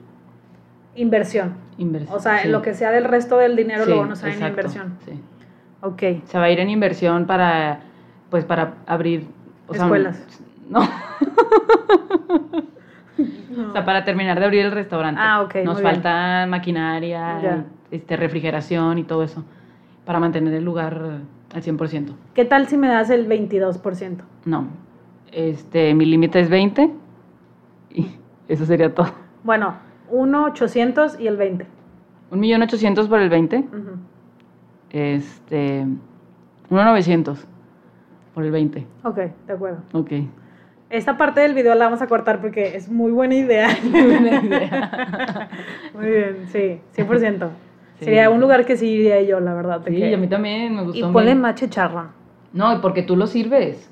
Speaker 2: inversión.
Speaker 1: Inversión.
Speaker 2: O sea,
Speaker 1: sí.
Speaker 2: lo que sea del resto del dinero
Speaker 1: Sí,
Speaker 2: lo van a usar en
Speaker 1: exacto,
Speaker 2: inversión.
Speaker 1: sí.
Speaker 2: Ok.
Speaker 1: Se va a ir en inversión para, pues, para abrir... o sea,
Speaker 2: Escuelas.
Speaker 1: no, o sea, para terminar de abrir el restaurante.
Speaker 2: Ah, ok,
Speaker 1: Nos
Speaker 2: muy bien.
Speaker 1: falta maquinaria,
Speaker 2: Ya.
Speaker 1: este, refrigeración y todo eso, para mantener el lugar al 100%.
Speaker 2: ¿Qué tal si me das el 22%?
Speaker 1: No, este, mi límite es 20 y eso sería todo.
Speaker 2: Bueno, 1, 800 y el 20.
Speaker 1: 1.800.000 por el 20,
Speaker 2: Ujú.
Speaker 1: este, 1.900 por el 20,
Speaker 2: Ok, de acuerdo.
Speaker 1: ok.
Speaker 2: Esta parte del video la vamos a cortar porque es muy buena idea.
Speaker 1: Buena idea.
Speaker 2: Muy bien, sí, 100%.
Speaker 1: Sí.
Speaker 2: Sería un lugar que sí iría yo, la verdad. de
Speaker 1: Sí,
Speaker 2: que-
Speaker 1: a mí también me
Speaker 2: Y
Speaker 1: gustó.
Speaker 2: ponle
Speaker 1: mucho.
Speaker 2: más chicharrón.
Speaker 1: No, y porque tú lo sirves.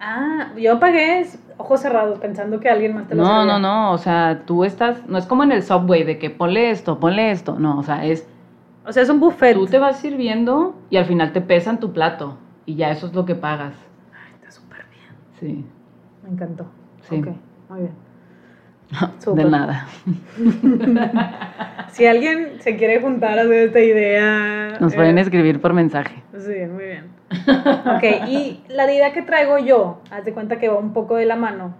Speaker 2: Ah, yo pagué es- ojos cerrados pensando que alguien más te lo
Speaker 1: No,
Speaker 2: servía.
Speaker 1: no, no, o sea, tú estás, no es como en el subway de que ponle esto, ponle esto, no, o sea, es
Speaker 2: O sea, es un buffet.
Speaker 1: tú te vas sirviendo y al final te pesan tu plato y ya eso es lo que pagas.
Speaker 2: Ay, está súper bien.
Speaker 1: Sí,
Speaker 2: Me encantó.
Speaker 1: Sí.
Speaker 2: Ok, muy bien.
Speaker 1: de
Speaker 2: Súper.
Speaker 1: nada.
Speaker 2: Si alguien se quiere juntar a hacer esta idea...
Speaker 1: Nos
Speaker 2: eh, pues
Speaker 1: pueden escribir por mensaje.
Speaker 2: Sí, muy bien. Ok, y la idea que traigo yo, haz de cuenta que va un poco de la mano.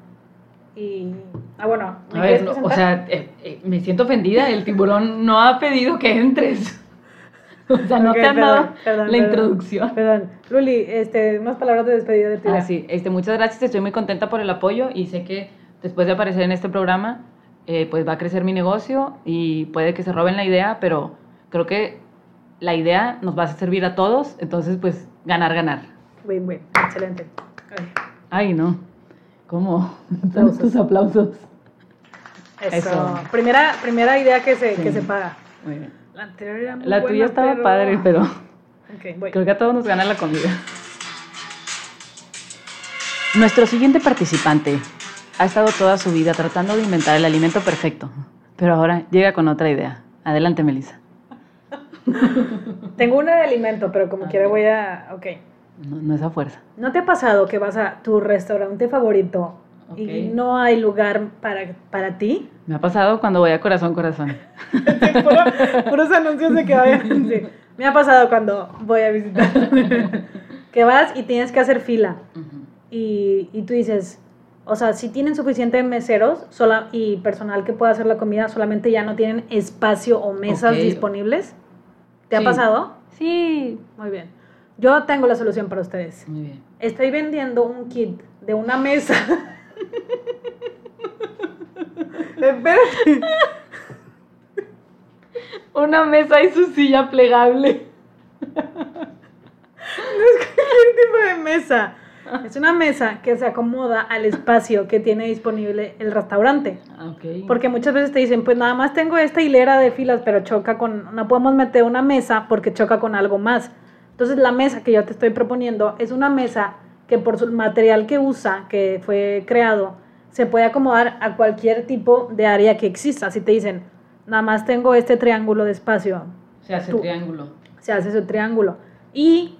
Speaker 2: Y. Ah, bueno, ¿me
Speaker 1: A
Speaker 2: quieres
Speaker 1: ver, no, o sea,
Speaker 2: presentar?
Speaker 1: eh, eh, me siento ofendida, el tiburón no ha pedido que entres. O sea, no
Speaker 2: Ok,
Speaker 1: te han
Speaker 2: perdón,
Speaker 1: dado
Speaker 2: perdón,
Speaker 1: la
Speaker 2: perdón.
Speaker 1: introducción.
Speaker 2: Perdón, Luli, este, unas palabras de despedida de ti.
Speaker 1: Ah, sí, este, muchas gracias, estoy muy contenta por el apoyo y sé que después de aparecer en este programa, eh, pues va a crecer mi negocio y puede que se roben la idea, pero creo que la idea nos va a servir a todos, entonces pues ganar, ganar.
Speaker 2: Bien, bien, excelente. Ay,
Speaker 1: Ay, no, ¿cómo?
Speaker 2: Aplausos.
Speaker 1: Tantos aplausos.
Speaker 2: Eso.
Speaker 1: Eso.
Speaker 2: Primera, primera idea que se,
Speaker 1: Sí.
Speaker 2: que se paga.
Speaker 1: Muy bien.
Speaker 2: La anterior era muy
Speaker 1: La
Speaker 2: buena,
Speaker 1: tuya estaba
Speaker 2: pero-
Speaker 1: padre, pero
Speaker 2: Ok, voy.
Speaker 1: creo que a todos nos gana la comida. Nuestro siguiente participante ha estado toda su vida tratando de inventar el alimento perfecto, pero ahora llega con otra idea. Adelante, Melissa.
Speaker 2: Tengo una de alimento, pero como
Speaker 1: Ah,
Speaker 2: quiera
Speaker 1: bien.
Speaker 2: voy a. Ok.
Speaker 1: No, no es a fuerza.
Speaker 2: ¿No te ha pasado que vas a tu restaurante favorito y
Speaker 1: Ok.
Speaker 2: no hay lugar para, para ti?
Speaker 1: Me ha pasado cuando voy a corazón, corazón.
Speaker 2: Puro- puros anuncios de que vayan. sí. Me ha pasado cuando voy a visitar. que vas y tienes que hacer fila. Y, y tú dices, o sea, si tienen suficiente meseros sola, y personal que pueda hacer la comida, solamente ya no tienen espacio o mesas
Speaker 1: Ok.
Speaker 2: disponibles. ¿Te ha
Speaker 1: Sí.
Speaker 2: pasado?
Speaker 1: Sí.
Speaker 2: Muy bien. Yo tengo la solución para ustedes.
Speaker 1: Muy bien.
Speaker 2: Estoy vendiendo un kit de una mesa. Espérate.
Speaker 1: Una mesa y su silla plegable.
Speaker 2: ¿Qué tipo de mesa? Es una mesa que se acomoda al espacio que tiene disponible el restaurante.
Speaker 1: Ah, Ok.
Speaker 2: Porque muchas veces te dicen, pues nada más tengo esta hilera de filas, pero choca con, no podemos meter una mesa porque choca con algo más. Entonces la mesa que yo te estoy proponiendo es una mesa que por su material que usa, que fue creado, se puede acomodar a cualquier tipo de área que exista. Si te dicen, nada más tengo este triángulo de espacio,
Speaker 1: Se hace
Speaker 2: tú.
Speaker 1: triángulo.
Speaker 2: se hace su triángulo. Y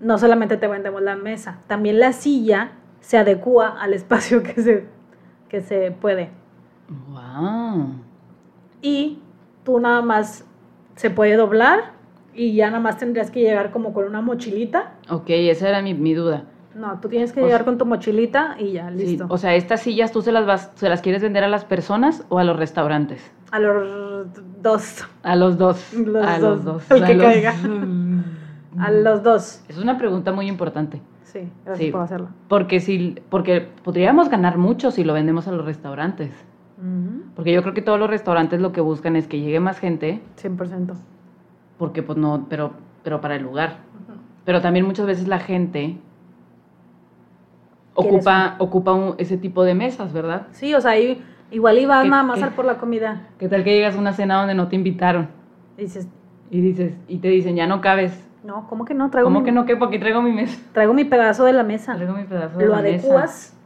Speaker 2: no solamente te vendemos la mesa, también la silla se adecua al espacio que se, que se puede.
Speaker 1: Wow.
Speaker 2: Y tú nada más se puede doblar y ya nada más tendrías que llegar como con una mochilita.
Speaker 1: Ok, esa era mi, mi duda.
Speaker 2: No, tú tienes que
Speaker 1: O
Speaker 2: llegar
Speaker 1: sea-
Speaker 2: con tu mochilita y ya,
Speaker 1: Sí,
Speaker 2: listo.
Speaker 1: o sea, estas sillas tú se las vas, se las quieres vender a las personas o a los restaurantes.
Speaker 2: A los dos.
Speaker 1: A los dos.
Speaker 2: Los
Speaker 1: a los
Speaker 2: dos,
Speaker 1: dos.
Speaker 2: al que
Speaker 1: a los-
Speaker 2: caiga. A los dos.
Speaker 1: Es una pregunta muy importante.
Speaker 2: Mm. Sí, gracias
Speaker 1: Sí.
Speaker 2: por hacerlo.
Speaker 1: Porque si, porque podríamos ganar mucho si lo vendemos a los restaurantes.
Speaker 2: Ujú,
Speaker 1: Porque yo creo que todos los restaurantes lo que buscan es que llegue más gente,
Speaker 2: 100%.
Speaker 1: porque pues no, pero, pero para el lugar. Pero también muchas veces la gente ocupa, ocupa un- ese tipo de mesas, ¿verdad?
Speaker 2: Sí, o sea, ahí igual ibas
Speaker 1: ¿Qué-
Speaker 2: nada más
Speaker 1: qué?
Speaker 2: a por la comida.
Speaker 1: ¿Qué tal que llegas a una cena donde no te invitaron?
Speaker 2: Y dices,
Speaker 1: Y dices, y te dicen, ya no cabes.
Speaker 2: no, ¿cómo que no? Traigo,
Speaker 1: ¿Cómo
Speaker 2: mi,
Speaker 1: que no quepo? Aquí traigo mi mesa.
Speaker 2: traigo mi pedazo de la mesa.
Speaker 1: Traigo mi pedazo de
Speaker 2: Lo
Speaker 1: la mesa.
Speaker 2: adecuas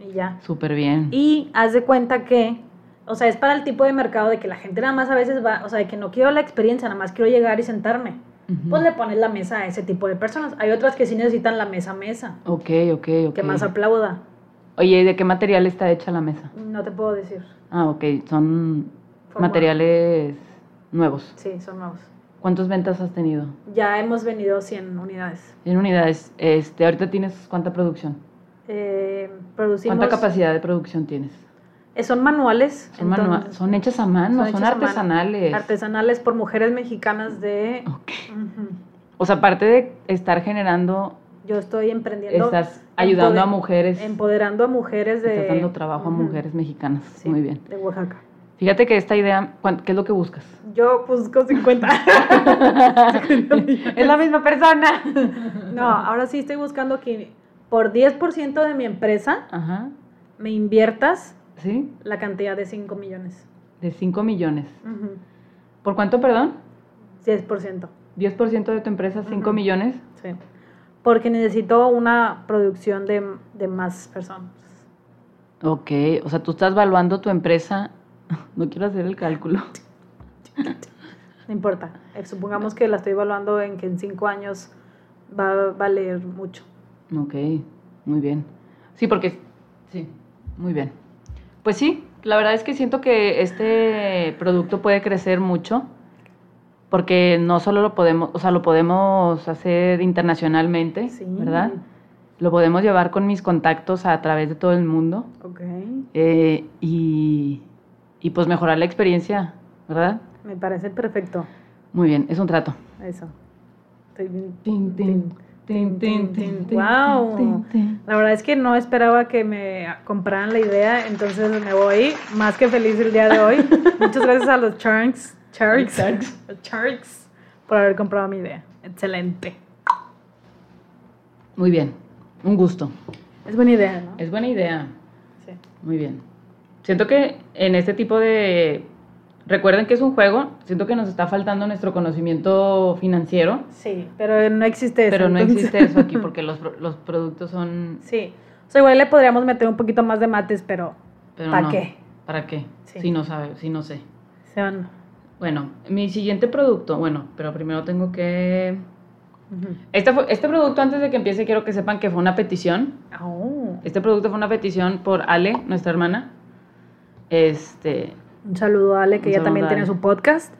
Speaker 2: y ya.
Speaker 1: Súper bien.
Speaker 2: Y haz de cuenta que, o sea, es para el tipo de mercado de que la gente nada más a veces va, o sea, de que no quiero la experiencia, nada más quiero llegar y sentarme.
Speaker 1: Ujú.
Speaker 2: Pues le pones la mesa a ese tipo de personas. Hay otras que sí necesitan la mesa mesa,
Speaker 1: Ok, ok, ok.
Speaker 2: que más aplauda.
Speaker 1: Oye, ¿y de qué material está hecha la mesa?
Speaker 2: No te puedo decir.
Speaker 1: Ah, ok, son
Speaker 2: Formal.
Speaker 1: materiales nuevos.
Speaker 2: Sí, son nuevos.
Speaker 1: ¿Cuántas ventas has tenido?
Speaker 2: Ya hemos venido 100 unidades.
Speaker 1: 100 unidades. Este, ahorita tienes cuánta producción?
Speaker 2: Eh, producimos.
Speaker 1: ¿Cuánta capacidad de producción tienes?
Speaker 2: eh, son manuales.
Speaker 1: Son, manua-
Speaker 2: entonces,
Speaker 1: son hechas a mano, son,
Speaker 2: hechas a mano.
Speaker 1: artesanales.
Speaker 2: Artesanales por mujeres mexicanas de.
Speaker 1: Ok.
Speaker 2: Ujú.
Speaker 1: O sea, aparte de estar generando,
Speaker 2: Yo estoy emprendiendo.
Speaker 1: estás ayudando a
Speaker 2: empoder-
Speaker 1: mujeres,
Speaker 2: Empoderando a mujeres de.
Speaker 1: estás dando trabajo a
Speaker 2: Ujú.
Speaker 1: mujeres mexicanas.
Speaker 2: Sí,
Speaker 1: Muy bien.
Speaker 2: De Oaxaca.
Speaker 1: Fíjate que esta idea, ¿cuán- ¿qué es lo que buscas?
Speaker 2: Yo pues, busco 50.
Speaker 1: es la misma persona.
Speaker 2: no, ahora sí estoy buscando que por 10% de mi empresa
Speaker 1: Ajá.
Speaker 2: me inviertas
Speaker 1: ¿Sí?
Speaker 2: la cantidad de 5 millones.
Speaker 1: De 5 millones.
Speaker 2: Ujú.
Speaker 1: ¿Por cuánto, perdón?
Speaker 2: 10%.
Speaker 1: 10% de tu empresa, 5
Speaker 2: Ujú.
Speaker 1: millones.
Speaker 2: Sí. Porque necesito una producción de, de más personas.
Speaker 1: Ok, o sea, tú estás valuando tu empresa. No quiero hacer el cálculo.
Speaker 2: No importa. Eh, Supongamos que la estoy evaluando en que en 5 años va a valer mucho.
Speaker 1: Ok, muy bien. Sí, porque... Sí, muy bien. Pues sí, la verdad es que siento que este producto puede crecer mucho porque no solo lo podemos, o sea, lo podemos hacer internacionalmente,
Speaker 2: Sí.
Speaker 1: ¿verdad? Lo podemos llevar con mis contactos a través de todo el mundo
Speaker 2: Ok.
Speaker 1: eh, y, y pues mejorar la experiencia, ¿verdad?
Speaker 2: Me parece perfecto.
Speaker 1: Muy bien, es un trato.
Speaker 2: Eso. Estoy bien.
Speaker 1: Tin, tin, tin, tin, tin, tin,
Speaker 2: Guau.
Speaker 1: tin, tin.
Speaker 2: La verdad es que no esperaba que me compraran la idea, entonces me voy más que feliz el día de hoy. Muchas gracias a los Charks, Charks, los Charks por haber comprado mi idea. Excelente.
Speaker 1: Muy bien, un gusto.
Speaker 2: Es buena idea, ¿no?
Speaker 1: Es buena idea.
Speaker 2: Sí.
Speaker 1: Muy bien. Siento que en este tipo de... Recuerden que es un juego, siento que nos está faltando nuestro conocimiento financiero,
Speaker 2: Sí, pero no existe eso.
Speaker 1: pero no
Speaker 2: Pues entonces-
Speaker 1: existe eso aquí porque los, pro- los productos son...
Speaker 2: Sí. O sea, igual le podríamos meter un poquito más de mates, pero
Speaker 1: pero
Speaker 2: ¿Pa
Speaker 1: no.
Speaker 2: qué?
Speaker 1: ¿Para qué?
Speaker 2: Sí.
Speaker 1: Si no sabe, si no sé.
Speaker 2: se van.
Speaker 1: Bueno, mi siguiente producto, bueno, pero primero tengo que... Este, fue- este producto antes de que empiece quiero que sepan que fue una petición
Speaker 2: Oh,
Speaker 1: Este producto fue una petición por Ale, nuestra hermana. Este,
Speaker 2: un saludo a Ale, que
Speaker 1: Un
Speaker 2: ya
Speaker 1: saludo
Speaker 2: también
Speaker 1: a
Speaker 2: tiene
Speaker 1: Ale.
Speaker 2: su podcast.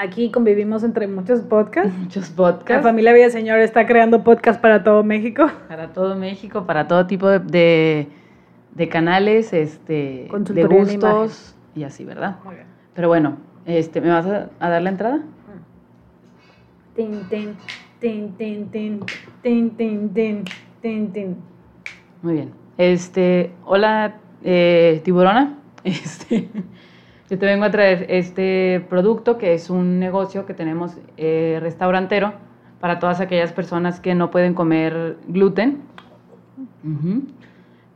Speaker 2: Aquí convivimos entre muchos podcasts.
Speaker 1: muchos
Speaker 2: La
Speaker 1: podcasts
Speaker 2: familia Villaseñor está creando podcast para todo México.
Speaker 1: para todo México, para todo tipo de, de- de canales, este, de
Speaker 2: Consultoría en
Speaker 1: gustos y así, ¿verdad?
Speaker 2: Muy bien.
Speaker 1: Pero bueno, este, ¿me vas a, a dar la entrada?
Speaker 2: Tin, tin, tin, tin, tin, tin, tin, tin, tin, tin.
Speaker 1: Muy bien. Este, hola, eh, tiburona. Este, yo te vengo a traer este producto que es un negocio que tenemos eh, restaurantero para todas aquellas personas que no pueden comer gluten. Ujú.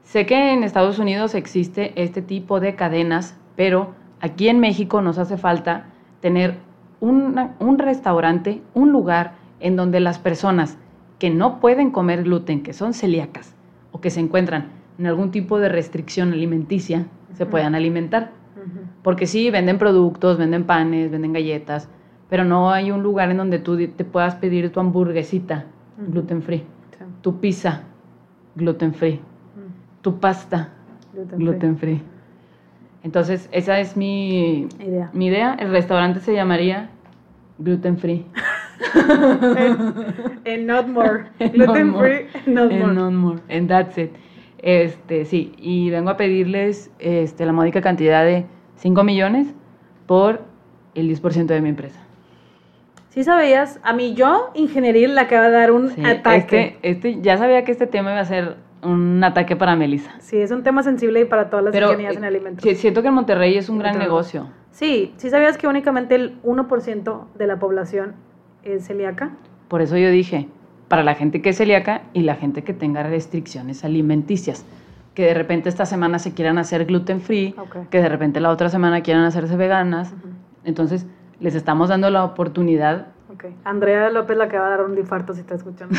Speaker 1: Sé que en Estados Unidos existe este tipo de cadenas, pero aquí en México nos hace falta tener una- un restaurante, un lugar en donde las personas que no pueden comer gluten, que son celíacas o que se encuentran en algún tipo de restricción alimenticia, se
Speaker 2: Ujú.
Speaker 1: puedan alimentar. Porque sí, venden productos, venden panes, venden galletas, pero no hay un lugar en donde tú di- te puedas pedir tu hamburguesita
Speaker 2: Ujú.
Speaker 1: gluten free,
Speaker 2: Sí.
Speaker 1: tu pizza gluten free,
Speaker 2: Mm.
Speaker 1: tu pasta
Speaker 2: Gluten free.
Speaker 1: gluten free. Entonces, esa es mi,
Speaker 2: Idea.
Speaker 1: mi idea. El restaurante se llamaría gluten free.
Speaker 2: And Eh, not more.
Speaker 1: And not
Speaker 2: Gluten
Speaker 1: more.
Speaker 2: free, and not
Speaker 1: and
Speaker 2: more.
Speaker 1: no more, and that's it. Este, sí, y vengo a pedirles este, la módica cantidad de 5 millones por el 10% de mi empresa.
Speaker 2: Sí sabías, a mí yo, ingenieril, le acaba de dar un
Speaker 1: Sí,
Speaker 2: ataque.
Speaker 1: Este, este, ya sabía que este tema iba a ser un ataque para Melissa.
Speaker 2: Sí, es un tema sensible y para todas las
Speaker 1: Pero
Speaker 2: ingenierías en
Speaker 1: eh,
Speaker 2: alimentos.
Speaker 1: si- siento que en Monterrey es un gran
Speaker 2: Entonces,
Speaker 1: negocio.
Speaker 2: Sí, sí sabías que únicamente el 1% de la población es celíaca.
Speaker 1: Por eso yo dije, para la gente que es celíaca y la gente que tenga restricciones alimenticias. Que de repente esta semana se quieran hacer gluten free,
Speaker 2: Ok.
Speaker 1: que de repente la otra semana quieran hacerse veganas. Entonces, les estamos dando la oportunidad
Speaker 2: Ok. Andrea López la que va a dar un infarto si está escuchando.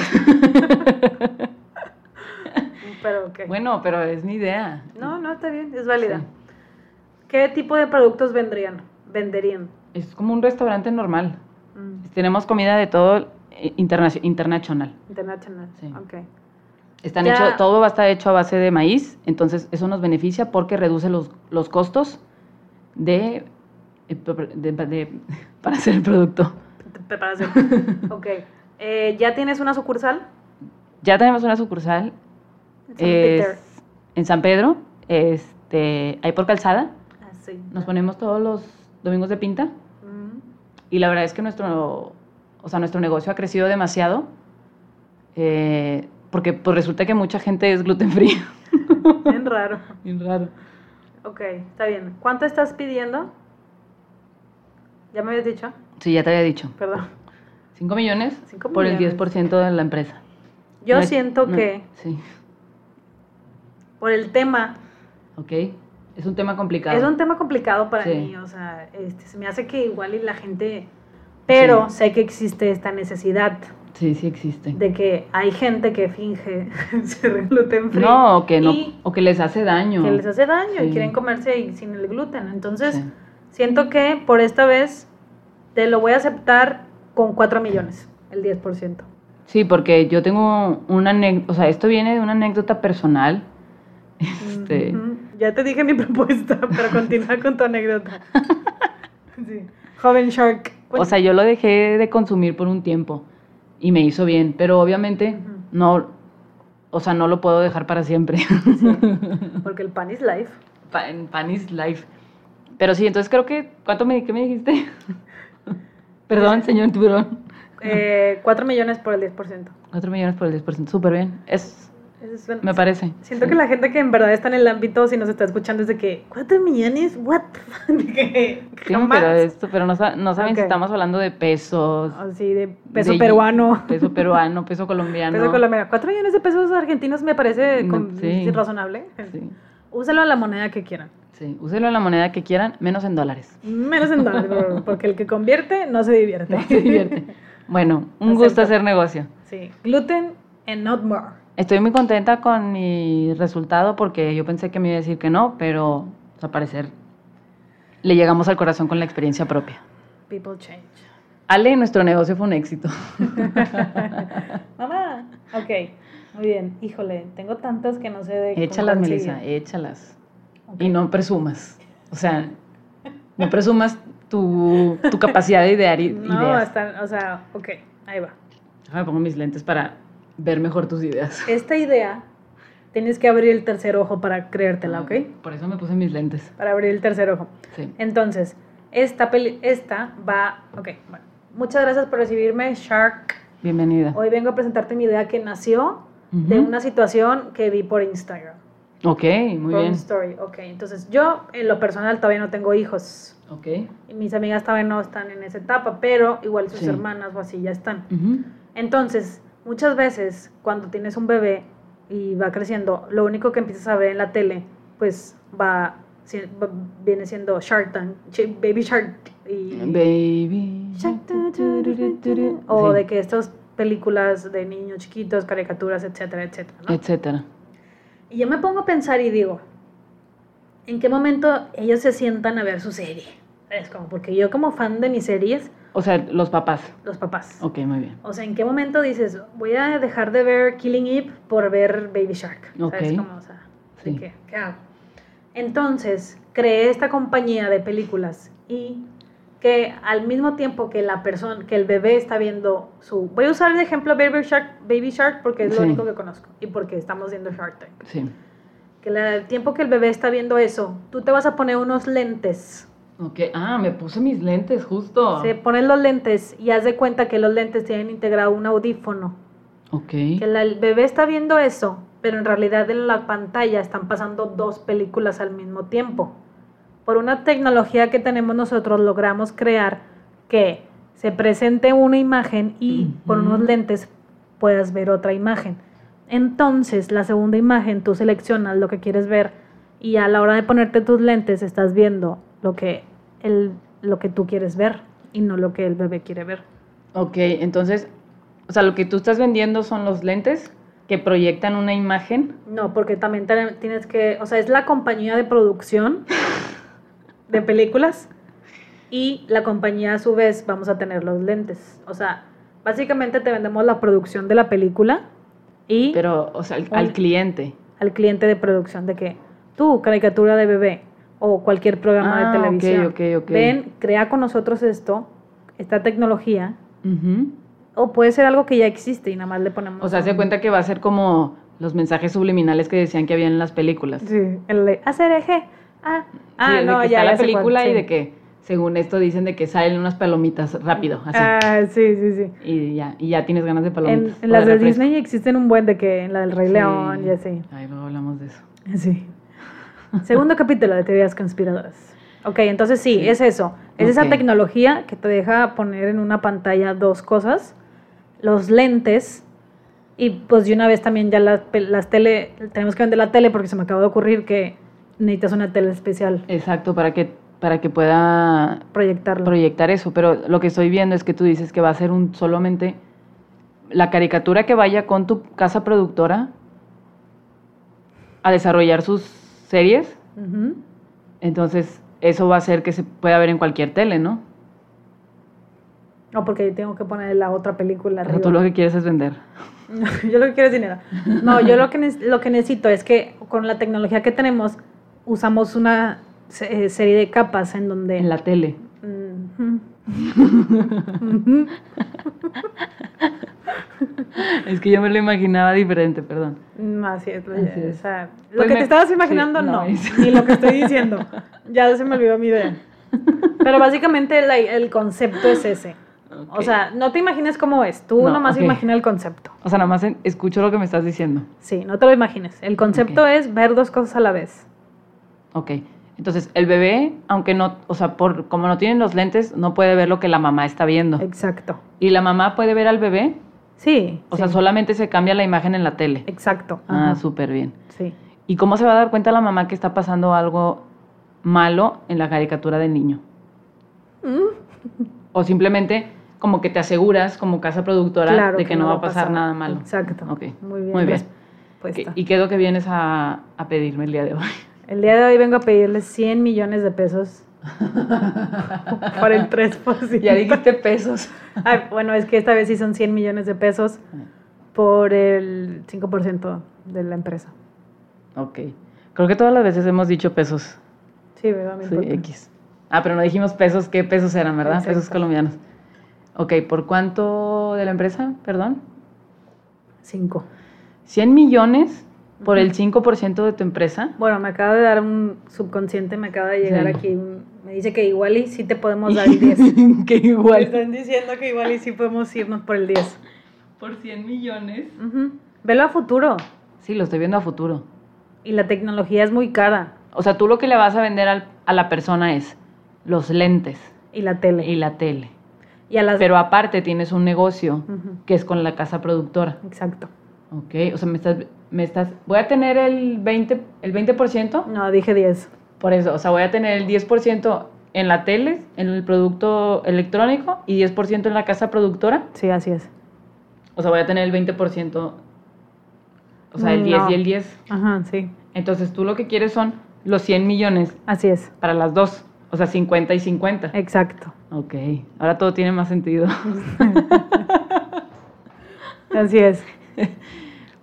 Speaker 2: Pero ok.
Speaker 1: Bueno, pero es mi idea.
Speaker 2: No, no, está bien, es válida.
Speaker 1: Sí.
Speaker 2: ¿Qué tipo de productos vendrían? Venderían.
Speaker 1: Es como un restaurante normal.
Speaker 2: Mm,
Speaker 1: Tenemos comida de todo eh, internacio- internacional.
Speaker 2: International.
Speaker 1: Sí.
Speaker 2: Ok.
Speaker 1: Están
Speaker 2: Ya.
Speaker 1: hecho, todo va a estar hecho a base de maíz, entonces eso nos beneficia porque reduce los, los costos de, eh, de- de- para hacer el producto.
Speaker 2: Te preparas bien. ok. Eh, ¿Ya tienes una sucursal?
Speaker 1: Ya tenemos una sucursal
Speaker 2: San
Speaker 1: es-
Speaker 2: Peter.
Speaker 1: en San Pedro, este, ahí por calzada.
Speaker 2: Ah, sí.
Speaker 1: Nos ponemos todos los domingos de pinta.
Speaker 2: Mm,
Speaker 1: Y la verdad es que nuestro, o sea, nuestro negocio ha crecido demasiado. eh, porque pues, resulta que mucha gente es gluten free.
Speaker 2: Bien raro.
Speaker 1: Bien raro.
Speaker 2: Ok, está bien. ¿Cuánto estás pidiendo? Ya me habías dicho.
Speaker 1: Sí, ya te había dicho.
Speaker 2: Perdón.
Speaker 1: 5 millones
Speaker 2: Cinco
Speaker 1: por
Speaker 2: millones.
Speaker 1: el 10% de la empresa.
Speaker 2: Yo
Speaker 1: No es-
Speaker 2: siento
Speaker 1: no-
Speaker 2: que
Speaker 1: Sí.
Speaker 2: por el tema
Speaker 1: Ok. Es un tema complicado.
Speaker 2: Es un tema complicado para
Speaker 1: Sí.
Speaker 2: mí, o sea, este, se me hace que igual y la gente, pero
Speaker 1: Sí.
Speaker 2: sé que existe esta necesidad
Speaker 1: Sí, sí existe.
Speaker 2: de que hay gente que finge ser gluten free
Speaker 1: No, o que, no
Speaker 2: y
Speaker 1: o que les hace daño.
Speaker 2: que les hace daño y
Speaker 1: Sí.
Speaker 2: quieren comerse y sin el gluten. Entonces,
Speaker 1: Sí.
Speaker 2: siento que por esta vez te lo voy a aceptar con 4 millones, el 10%.
Speaker 1: Sí, porque yo tengo una anécdota, o sea, esto viene de una anécdota personal. Este,
Speaker 2: Ujú. Ya te dije mi propuesta, pero continúa con tu anécdota. Sí. Joven Shark.
Speaker 1: O sea, yo lo dejé de consumir por un tiempo y me hizo bien, pero obviamente
Speaker 2: Ujú.
Speaker 1: no, o sea, no lo puedo dejar para siempre.
Speaker 2: porque el pan is life.
Speaker 1: pan, pan is life. Pero sí, entonces creo que, ¿cuánto me, qué me dijiste? Perdón, señor tiburón.
Speaker 2: Eh, 4 millones por el 10%.
Speaker 1: 4 millones por el 10%, súper bien. Es,
Speaker 2: Eso es un-
Speaker 1: me parece.
Speaker 2: Siento que la gente que en verdad está en el ámbito, si nos está escuchando, es de que, ¿4 millones? ¿What? the fuck?" De que,
Speaker 1: Sí,
Speaker 2: jamás.
Speaker 1: pero, esto, pero no, sa- no saben si
Speaker 2: Ok.
Speaker 1: estamos hablando de pesos.
Speaker 2: Así de peso
Speaker 1: de-
Speaker 2: peruano.
Speaker 1: Peso peruano, peso colombiano.
Speaker 2: Peso colombiano. 4 millones de pesos argentinos me parece
Speaker 1: No,
Speaker 2: con-
Speaker 1: sí.
Speaker 2: razonable.
Speaker 1: Sí,
Speaker 2: Úsalo a la moneda que quieran.
Speaker 1: sí, úselo en la moneda que quieran, menos en dólares.
Speaker 2: Menos en dólares, por favor, porque el que convierte no se divierte.
Speaker 1: Se divierte. Bueno, un
Speaker 2: Acepto.
Speaker 1: gusto hacer negocio.
Speaker 2: Sí. Gluten and not more.
Speaker 1: Estoy muy contenta con mi resultado porque yo pensé que me iba a decir que no, pero al parecer le llegamos al corazón con la experiencia propia.
Speaker 2: People change.
Speaker 1: Ale, nuestro negocio fue un éxito.
Speaker 2: Mamá. Ok. Muy bien. Híjole, tengo tantas que no sé de cómo
Speaker 1: échalas,
Speaker 2: cuál
Speaker 1: Melissa,
Speaker 2: sigue.
Speaker 1: échalas.
Speaker 2: Ok.
Speaker 1: Y no presumas. O sea, no presumas tu, tu capacidad de idear i-
Speaker 2: No,
Speaker 1: ideas.
Speaker 2: hasta, o sea, ok, ahí va.
Speaker 1: Déjame pongo mis lentes para ver mejor tus ideas.
Speaker 2: Esta idea, tienes que abrir el tercer ojo para creértela, ¿ok?
Speaker 1: Por eso me puse mis lentes.
Speaker 2: Para abrir el tercer ojo.
Speaker 1: Sí.
Speaker 2: Entonces, esta, peli, esta va, ok, bueno. Muchas gracias por recibirme, Shark.
Speaker 1: Bienvenida.
Speaker 2: Hoy vengo a presentarte mi idea que nació de
Speaker 1: Ujú.
Speaker 2: una situación que vi por Instagram.
Speaker 1: Ok, muy
Speaker 2: por
Speaker 1: bien.
Speaker 2: un story, ok. Entonces, yo en lo personal todavía no tengo hijos.
Speaker 1: Ok.
Speaker 2: Y mis amigas todavía no están en esa etapa, pero igual sus
Speaker 1: Sí.
Speaker 2: hermanas o así ya están.
Speaker 1: Ujú.
Speaker 2: Entonces, muchas veces cuando tienes un bebé y va creciendo, lo único que empiezas a ver en la tele, pues va, si- va- viene siendo Shark Tank, Ch- Baby Shark y
Speaker 1: Baby.
Speaker 2: Shark Tank, o de que estas películas de niños chiquitos, caricaturas, etcétera, etcétera, ¿no?
Speaker 1: Etcétera.
Speaker 2: Y yo me pongo a pensar y digo, ¿en qué momento ellos se sientan a ver su serie? Es como porque yo como fan de mis series,
Speaker 1: O sea, los papás.
Speaker 2: los papás.
Speaker 1: Ok, muy bien.
Speaker 2: O sea, ¿en qué momento dices, voy a dejar de ver Killing Eve por ver Baby Shark? ¿Sabes
Speaker 1: Ok.
Speaker 2: cómo? O sea, ¿de
Speaker 1: Sí.
Speaker 2: qué? ¿Qué hago? Entonces, creé esta compañía de películas y que al mismo tiempo que la persona, que el bebé está viendo su... Voy a usar de ejemplo Baby Shark, Baby Shark porque es lo
Speaker 1: Sí.
Speaker 2: único que conozco y porque estamos viendo Shark Tank.
Speaker 1: Sí.
Speaker 2: Que la- el tiempo que el bebé está viendo eso, tú te vas a poner unos lentes.
Speaker 1: Ok. Ah, me puse mis lentes justo.
Speaker 2: Se ponen los lentes y haz de cuenta que los lentes tienen integrado un audífono.
Speaker 1: Ok.
Speaker 2: Que la- el bebé está viendo eso, pero en realidad en la pantalla están pasando dos películas al mismo tiempo. Por una tecnología que tenemos nosotros logramos crear que se presente una imagen y con
Speaker 1: Ujú.
Speaker 2: unos lentes puedas ver otra imagen. Entonces, la segunda imagen, tú seleccionas lo que quieres ver y a la hora de ponerte tus lentes estás viendo lo que, el, lo que tú quieres ver y no lo que el bebé quiere ver.
Speaker 1: Ok, entonces, o sea, lo que tú estás vendiendo son los lentes que proyectan una imagen.
Speaker 2: No, porque también te- tienes que, o sea, es la compañía de producción de películas y la compañía a su vez vamos a tener los lentes. O sea, básicamente te vendemos la producción de la película y
Speaker 1: Pero, o sea, al, al
Speaker 2: Un-
Speaker 1: cliente.
Speaker 2: al cliente de producción de que tú, caricatura de bebé o cualquier programa
Speaker 1: Ah,
Speaker 2: de
Speaker 1: ok,
Speaker 2: televisión,
Speaker 1: ok, ok.
Speaker 2: ven, crea con nosotros esto, esta tecnología,
Speaker 1: Ujú.
Speaker 2: o puede ser algo que ya existe y nada más le ponemos...
Speaker 1: O sea, se
Speaker 2: un-
Speaker 1: cuenta que va a ser como los mensajes subliminales que decían que había en las películas.
Speaker 2: Sí, el de hacer eje. Ah, ah
Speaker 1: Sí,
Speaker 2: no,
Speaker 1: de que
Speaker 2: ya.
Speaker 1: está
Speaker 2: ya
Speaker 1: la
Speaker 2: sé cuál,
Speaker 1: película y
Speaker 2: sí.
Speaker 1: de que, según esto, dicen de que salen unas palomitas rápido, así.
Speaker 2: Ah, sí, sí, sí.
Speaker 1: Y, ya, y ya tienes ganas de
Speaker 2: En,
Speaker 1: palomitas.
Speaker 2: en
Speaker 1: o
Speaker 2: las de
Speaker 1: refresco.
Speaker 2: Disney existen un buen de que en la del Rey
Speaker 1: Sí.
Speaker 2: León y así.
Speaker 1: Ay, luego hablamos de eso.
Speaker 2: Sí. Segundo capítulo de teorías conspiradoras. Ok, entonces sí,
Speaker 1: Sí.
Speaker 2: es eso. Es esa
Speaker 1: Ok.
Speaker 2: tecnología que te deja poner en una pantalla dos cosas, los lentes y pues de una vez también ya las, pel- las tele, tenemos que vender la tele porque se me acaba de ocurrir que necesitas una tele especial
Speaker 1: Exacto, para que, para que pueda
Speaker 2: proyectarla.
Speaker 1: proyectar eso, pero lo que estoy viendo es que tú dices que va a ser un solamente la caricatura que vaya con tu casa productora a desarrollar sus series,
Speaker 2: Ujú.
Speaker 1: entonces eso va a hacer que se pueda ver en cualquier tele, ¿no?
Speaker 2: No, porque tengo que poner la otra película
Speaker 1: O sea,
Speaker 2: arriba.
Speaker 1: tú lo que quieres es vender.
Speaker 2: yo lo que quiero es dinero. No, yo lo que, ne- lo que necesito es que con la tecnología que tenemos usamos una se- eh, serie de capas en donde... Mm.
Speaker 1: En la tele.
Speaker 2: Ujú.
Speaker 1: Es que yo me lo imaginaba diferente, perdón.
Speaker 2: Mm, Así es. lo-
Speaker 1: Así es.
Speaker 2: o sea, lo
Speaker 1: Pues
Speaker 2: que
Speaker 1: me-
Speaker 2: te estabas imaginando
Speaker 1: sí, no
Speaker 2: no,
Speaker 1: es.
Speaker 2: ni lo que estoy diciendo. Ya se me olvidó mi idea. Pero básicamente la- el concepto es ese. O
Speaker 1: Ok.
Speaker 2: sea, no te imagines cómo es, tú
Speaker 1: No,
Speaker 2: nomás
Speaker 1: ok.
Speaker 2: imagina el concepto.
Speaker 1: o sea, nada más en- escucho lo que me estás diciendo.
Speaker 2: Sí, no te lo imagines. El concepto
Speaker 1: Ok.
Speaker 2: es ver dos cosas a la vez.
Speaker 1: Ok. Entonces, el bebé, aunque no, o sea, por, como no tienen los lentes, no puede ver lo que la mamá está viendo.
Speaker 2: Exacto.
Speaker 1: ¿Y la mamá puede ver al bebé?
Speaker 2: Sí.
Speaker 1: O
Speaker 2: sí.
Speaker 1: sea, solamente se cambia la imagen en la tele.
Speaker 2: Exacto.
Speaker 1: Ah,
Speaker 2: ajá,
Speaker 1: súper bien.
Speaker 2: Sí.
Speaker 1: ¿Y cómo se va a dar cuenta la mamá que está pasando algo malo en la caricatura del niño? O simplemente como que te aseguras como casa productora
Speaker 2: Claro
Speaker 1: de que, no va a pasar, nada malo.
Speaker 2: Exacto.
Speaker 1: Ok,
Speaker 2: Muy bien.
Speaker 1: muy bien.
Speaker 2: respuesta.
Speaker 1: ¿Y qué es lo que vienes a, a pedirme el día de hoy?
Speaker 2: El día de hoy vengo a pedirles 100 millones de pesos por el 3%.
Speaker 1: ya dijiste pesos.
Speaker 2: Ay, bueno, es que esta vez sí son 100 millones de pesos
Speaker 1: Ah.
Speaker 2: por el 5% de la empresa.
Speaker 1: Ok. Creo que todas las veces hemos dicho pesos.
Speaker 2: Sí, ¿verdad? No
Speaker 1: Sí,
Speaker 2: importa.
Speaker 1: X. Ah, pero no dijimos pesos, ¿qué pesos eran, verdad?
Speaker 2: Exacto.
Speaker 1: Pesos colombianos. Ok, ¿por cuánto de la empresa? Perdón.
Speaker 2: Cinco.
Speaker 1: 100 millones por
Speaker 2: Ujú.
Speaker 1: el 5% de tu empresa.
Speaker 2: Bueno, me acaba de dar un subconsciente, me acaba de llegar
Speaker 1: Sí.
Speaker 2: aquí. un- Me dice que igual y sí te podemos dar el 10.
Speaker 1: que
Speaker 2: Me
Speaker 1: igual.
Speaker 2: están diciendo que igual y sí podemos irnos por el 10.
Speaker 1: Por 100 millones.
Speaker 2: Ujú. Velo a futuro.
Speaker 1: Sí, lo estoy viendo a futuro.
Speaker 2: Y la tecnología es muy cara.
Speaker 1: O sea, tú lo que le vas a vender al- a la persona es los lentes
Speaker 2: Y la tele.
Speaker 1: y la tele.
Speaker 2: Y a las...
Speaker 1: Pero aparte tienes un negocio
Speaker 2: Ujú,
Speaker 1: que es con la casa productora.
Speaker 2: Exacto.
Speaker 1: Ok, o sea, me estás... Me estás voy a tener el 20%, el 20
Speaker 2: No, dije 10.
Speaker 1: Por eso, o sea, voy a tener el 10% en la tele, en el producto electrónico y 10% en la casa productora.
Speaker 2: Sí, así es.
Speaker 1: O sea, voy a tener el 20%. O sea, el 10
Speaker 2: No.
Speaker 1: y el 10.
Speaker 2: Ajá, sí.
Speaker 1: Entonces tú lo que quieres son los 100 millones
Speaker 2: Así es.
Speaker 1: para las dos. O sea, 50 y 50.
Speaker 2: Exacto.
Speaker 1: Ok, ahora todo tiene más sentido.
Speaker 2: Así es.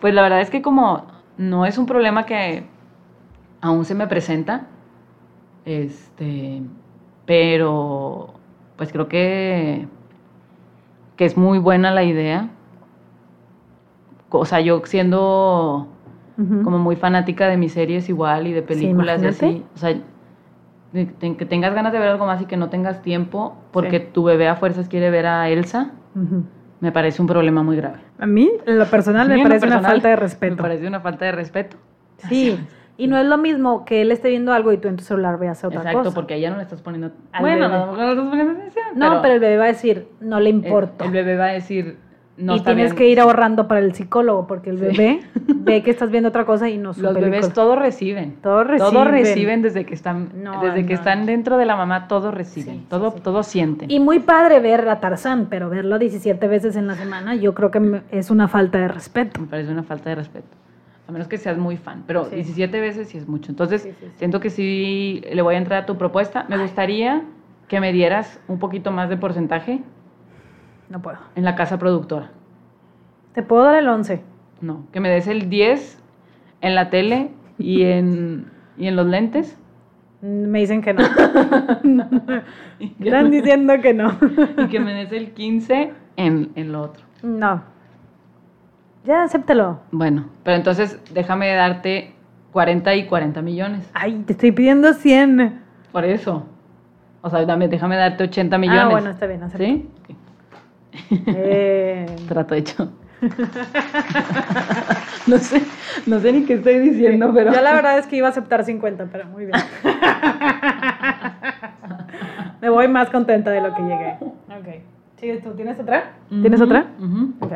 Speaker 1: Pues la verdad es que como no es un problema que aún se me presenta, este, pero pues creo que, que es muy buena la idea. O sea, yo siendo
Speaker 2: Ujú.
Speaker 1: como muy fanática de mis series igual y de películas y así,
Speaker 2: imagínate.
Speaker 1: o sea, de- de- que tengas ganas de ver algo más y que no tengas tiempo porque
Speaker 2: Sí.
Speaker 1: tu bebé a fuerzas quiere ver a Elsa,
Speaker 2: Ujú.
Speaker 1: me parece un problema muy grave.
Speaker 2: A mí, en lo personal,
Speaker 1: A mí
Speaker 2: me
Speaker 1: en lo
Speaker 2: parece una
Speaker 1: personal,
Speaker 2: falta de
Speaker 1: Me
Speaker 2: respeto.
Speaker 1: parece una falta de respeto.
Speaker 2: Sí. Y no es lo mismo que él esté viendo algo y tú en tu celular veas otra
Speaker 1: Exacto,
Speaker 2: cosa.
Speaker 1: porque allá no le estás poniendo.
Speaker 2: Al
Speaker 1: bueno,
Speaker 2: bebé.
Speaker 1: a lo mejor no le estás poniendo atención.
Speaker 2: No, pero el bebé va a decir, no le
Speaker 1: el-
Speaker 2: importa.
Speaker 1: El, bebé va a decir, no
Speaker 2: y
Speaker 1: está
Speaker 2: tienes
Speaker 1: bien.
Speaker 2: que ir ahorrando para el psicólogo, porque el
Speaker 1: Sí.
Speaker 2: bebé ve que estás viendo otra cosa y no
Speaker 1: Los
Speaker 2: supe el
Speaker 1: bebés
Speaker 2: cor-
Speaker 1: todo reciben.
Speaker 2: Todo reciben.
Speaker 1: Todo reciben desde que están,
Speaker 2: No,
Speaker 1: desde que
Speaker 2: no.
Speaker 1: están dentro de la mamá, todo reciben,
Speaker 2: Sí, sí,
Speaker 1: todo,
Speaker 2: sí.
Speaker 1: todo sienten.
Speaker 2: Y muy padre ver a Tarzán, pero verlo 17 veces en la semana, yo creo que me- es una falta de respeto.
Speaker 1: Me parece una falta de respeto. A menos que seas muy fan, pero
Speaker 2: Sí.
Speaker 1: 17 veces sí es mucho. Entonces,
Speaker 2: Sí, sí, sí.
Speaker 1: siento que sí le voy a entrar a tu propuesta. Me
Speaker 2: Ay.
Speaker 1: gustaría que me dieras un poquito más de porcentaje
Speaker 2: No puedo.
Speaker 1: en la casa productora.
Speaker 2: Te puedo dar el 11.
Speaker 1: No, que me des el 10 en la tele y en, y en los lentes.
Speaker 2: Mm, Me dicen que no. Están diciendo que no.
Speaker 1: y que me des el 15 en, en lo otro.
Speaker 2: No. Ya, acéptalo.
Speaker 1: Bueno, pero entonces déjame darte 40 y 40 millones.
Speaker 2: Ay, te estoy pidiendo 100.
Speaker 1: Por eso. O sea, dame- déjame darte 80 millones.
Speaker 2: Ah, bueno, está bien, acepto.
Speaker 1: ¿Sí? Ok,
Speaker 2: Eh,
Speaker 1: Trato hecho. no sé, no sé ni qué estoy diciendo, pero.
Speaker 2: Yo la verdad es que iba a aceptar 50, pero muy bien. Me voy más contenta de lo que llegué. Ok. Sigues tú, ¿tienes otra? ¿Tienes
Speaker 1: Ujú,
Speaker 2: otra?
Speaker 1: ujú.
Speaker 2: Ok.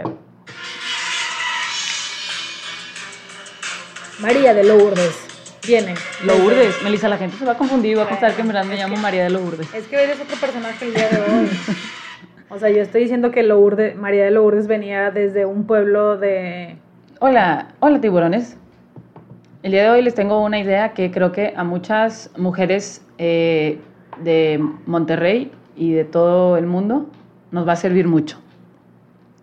Speaker 2: María de Lourdes. Viene.
Speaker 1: Lourdes. Melissa, la gente se va a confundir y va a pensar que en verdad me llamo María de Lourdes.
Speaker 2: Es que eres otro personaje el día de hoy. O sea, yo estoy diciendo que Lourdes, María de Lourdes venía desde un pueblo de...
Speaker 1: Hola, hola tiburones. El día de hoy les tengo una idea que creo que a muchas mujeres eh, de Monterrey y de todo el mundo nos va a servir mucho.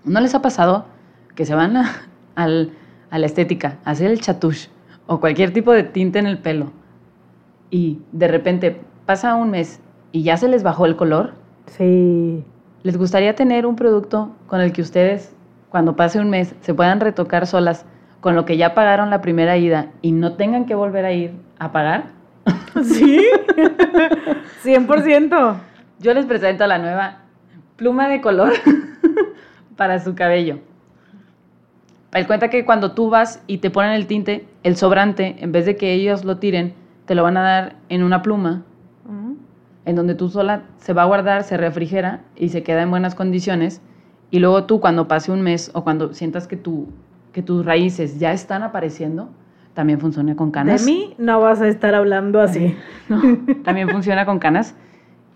Speaker 1: ¿No les ha pasado que se van a, al- a la estética, a hacer el chatouche o cualquier tipo de tinte en el pelo y de repente pasa un mes y ya se les bajó el color?
Speaker 2: Sí.
Speaker 1: ¿Les gustaría tener un producto con el que ustedes, cuando pase un mes, se puedan retocar solas con lo que ya pagaron la primera ida y no tengan que volver a ir a pagar?
Speaker 2: ¿Sí? 100%.
Speaker 1: Yo les presento la nueva pluma de color para su cabello. El cuenta que cuando tú vas y te ponen el tinte, el sobrante, en vez de que ellos lo tiren, te lo van a dar en una pluma en donde tú sola se va a guardar, se refrigera y se queda en buenas condiciones. Y luego tú cuando pase un mes o cuando sientas que, tu, que tus raíces ya están apareciendo, también funciona con
Speaker 2: De
Speaker 1: canas.
Speaker 2: mí no vas a estar hablando así.
Speaker 1: No, también funciona con canas.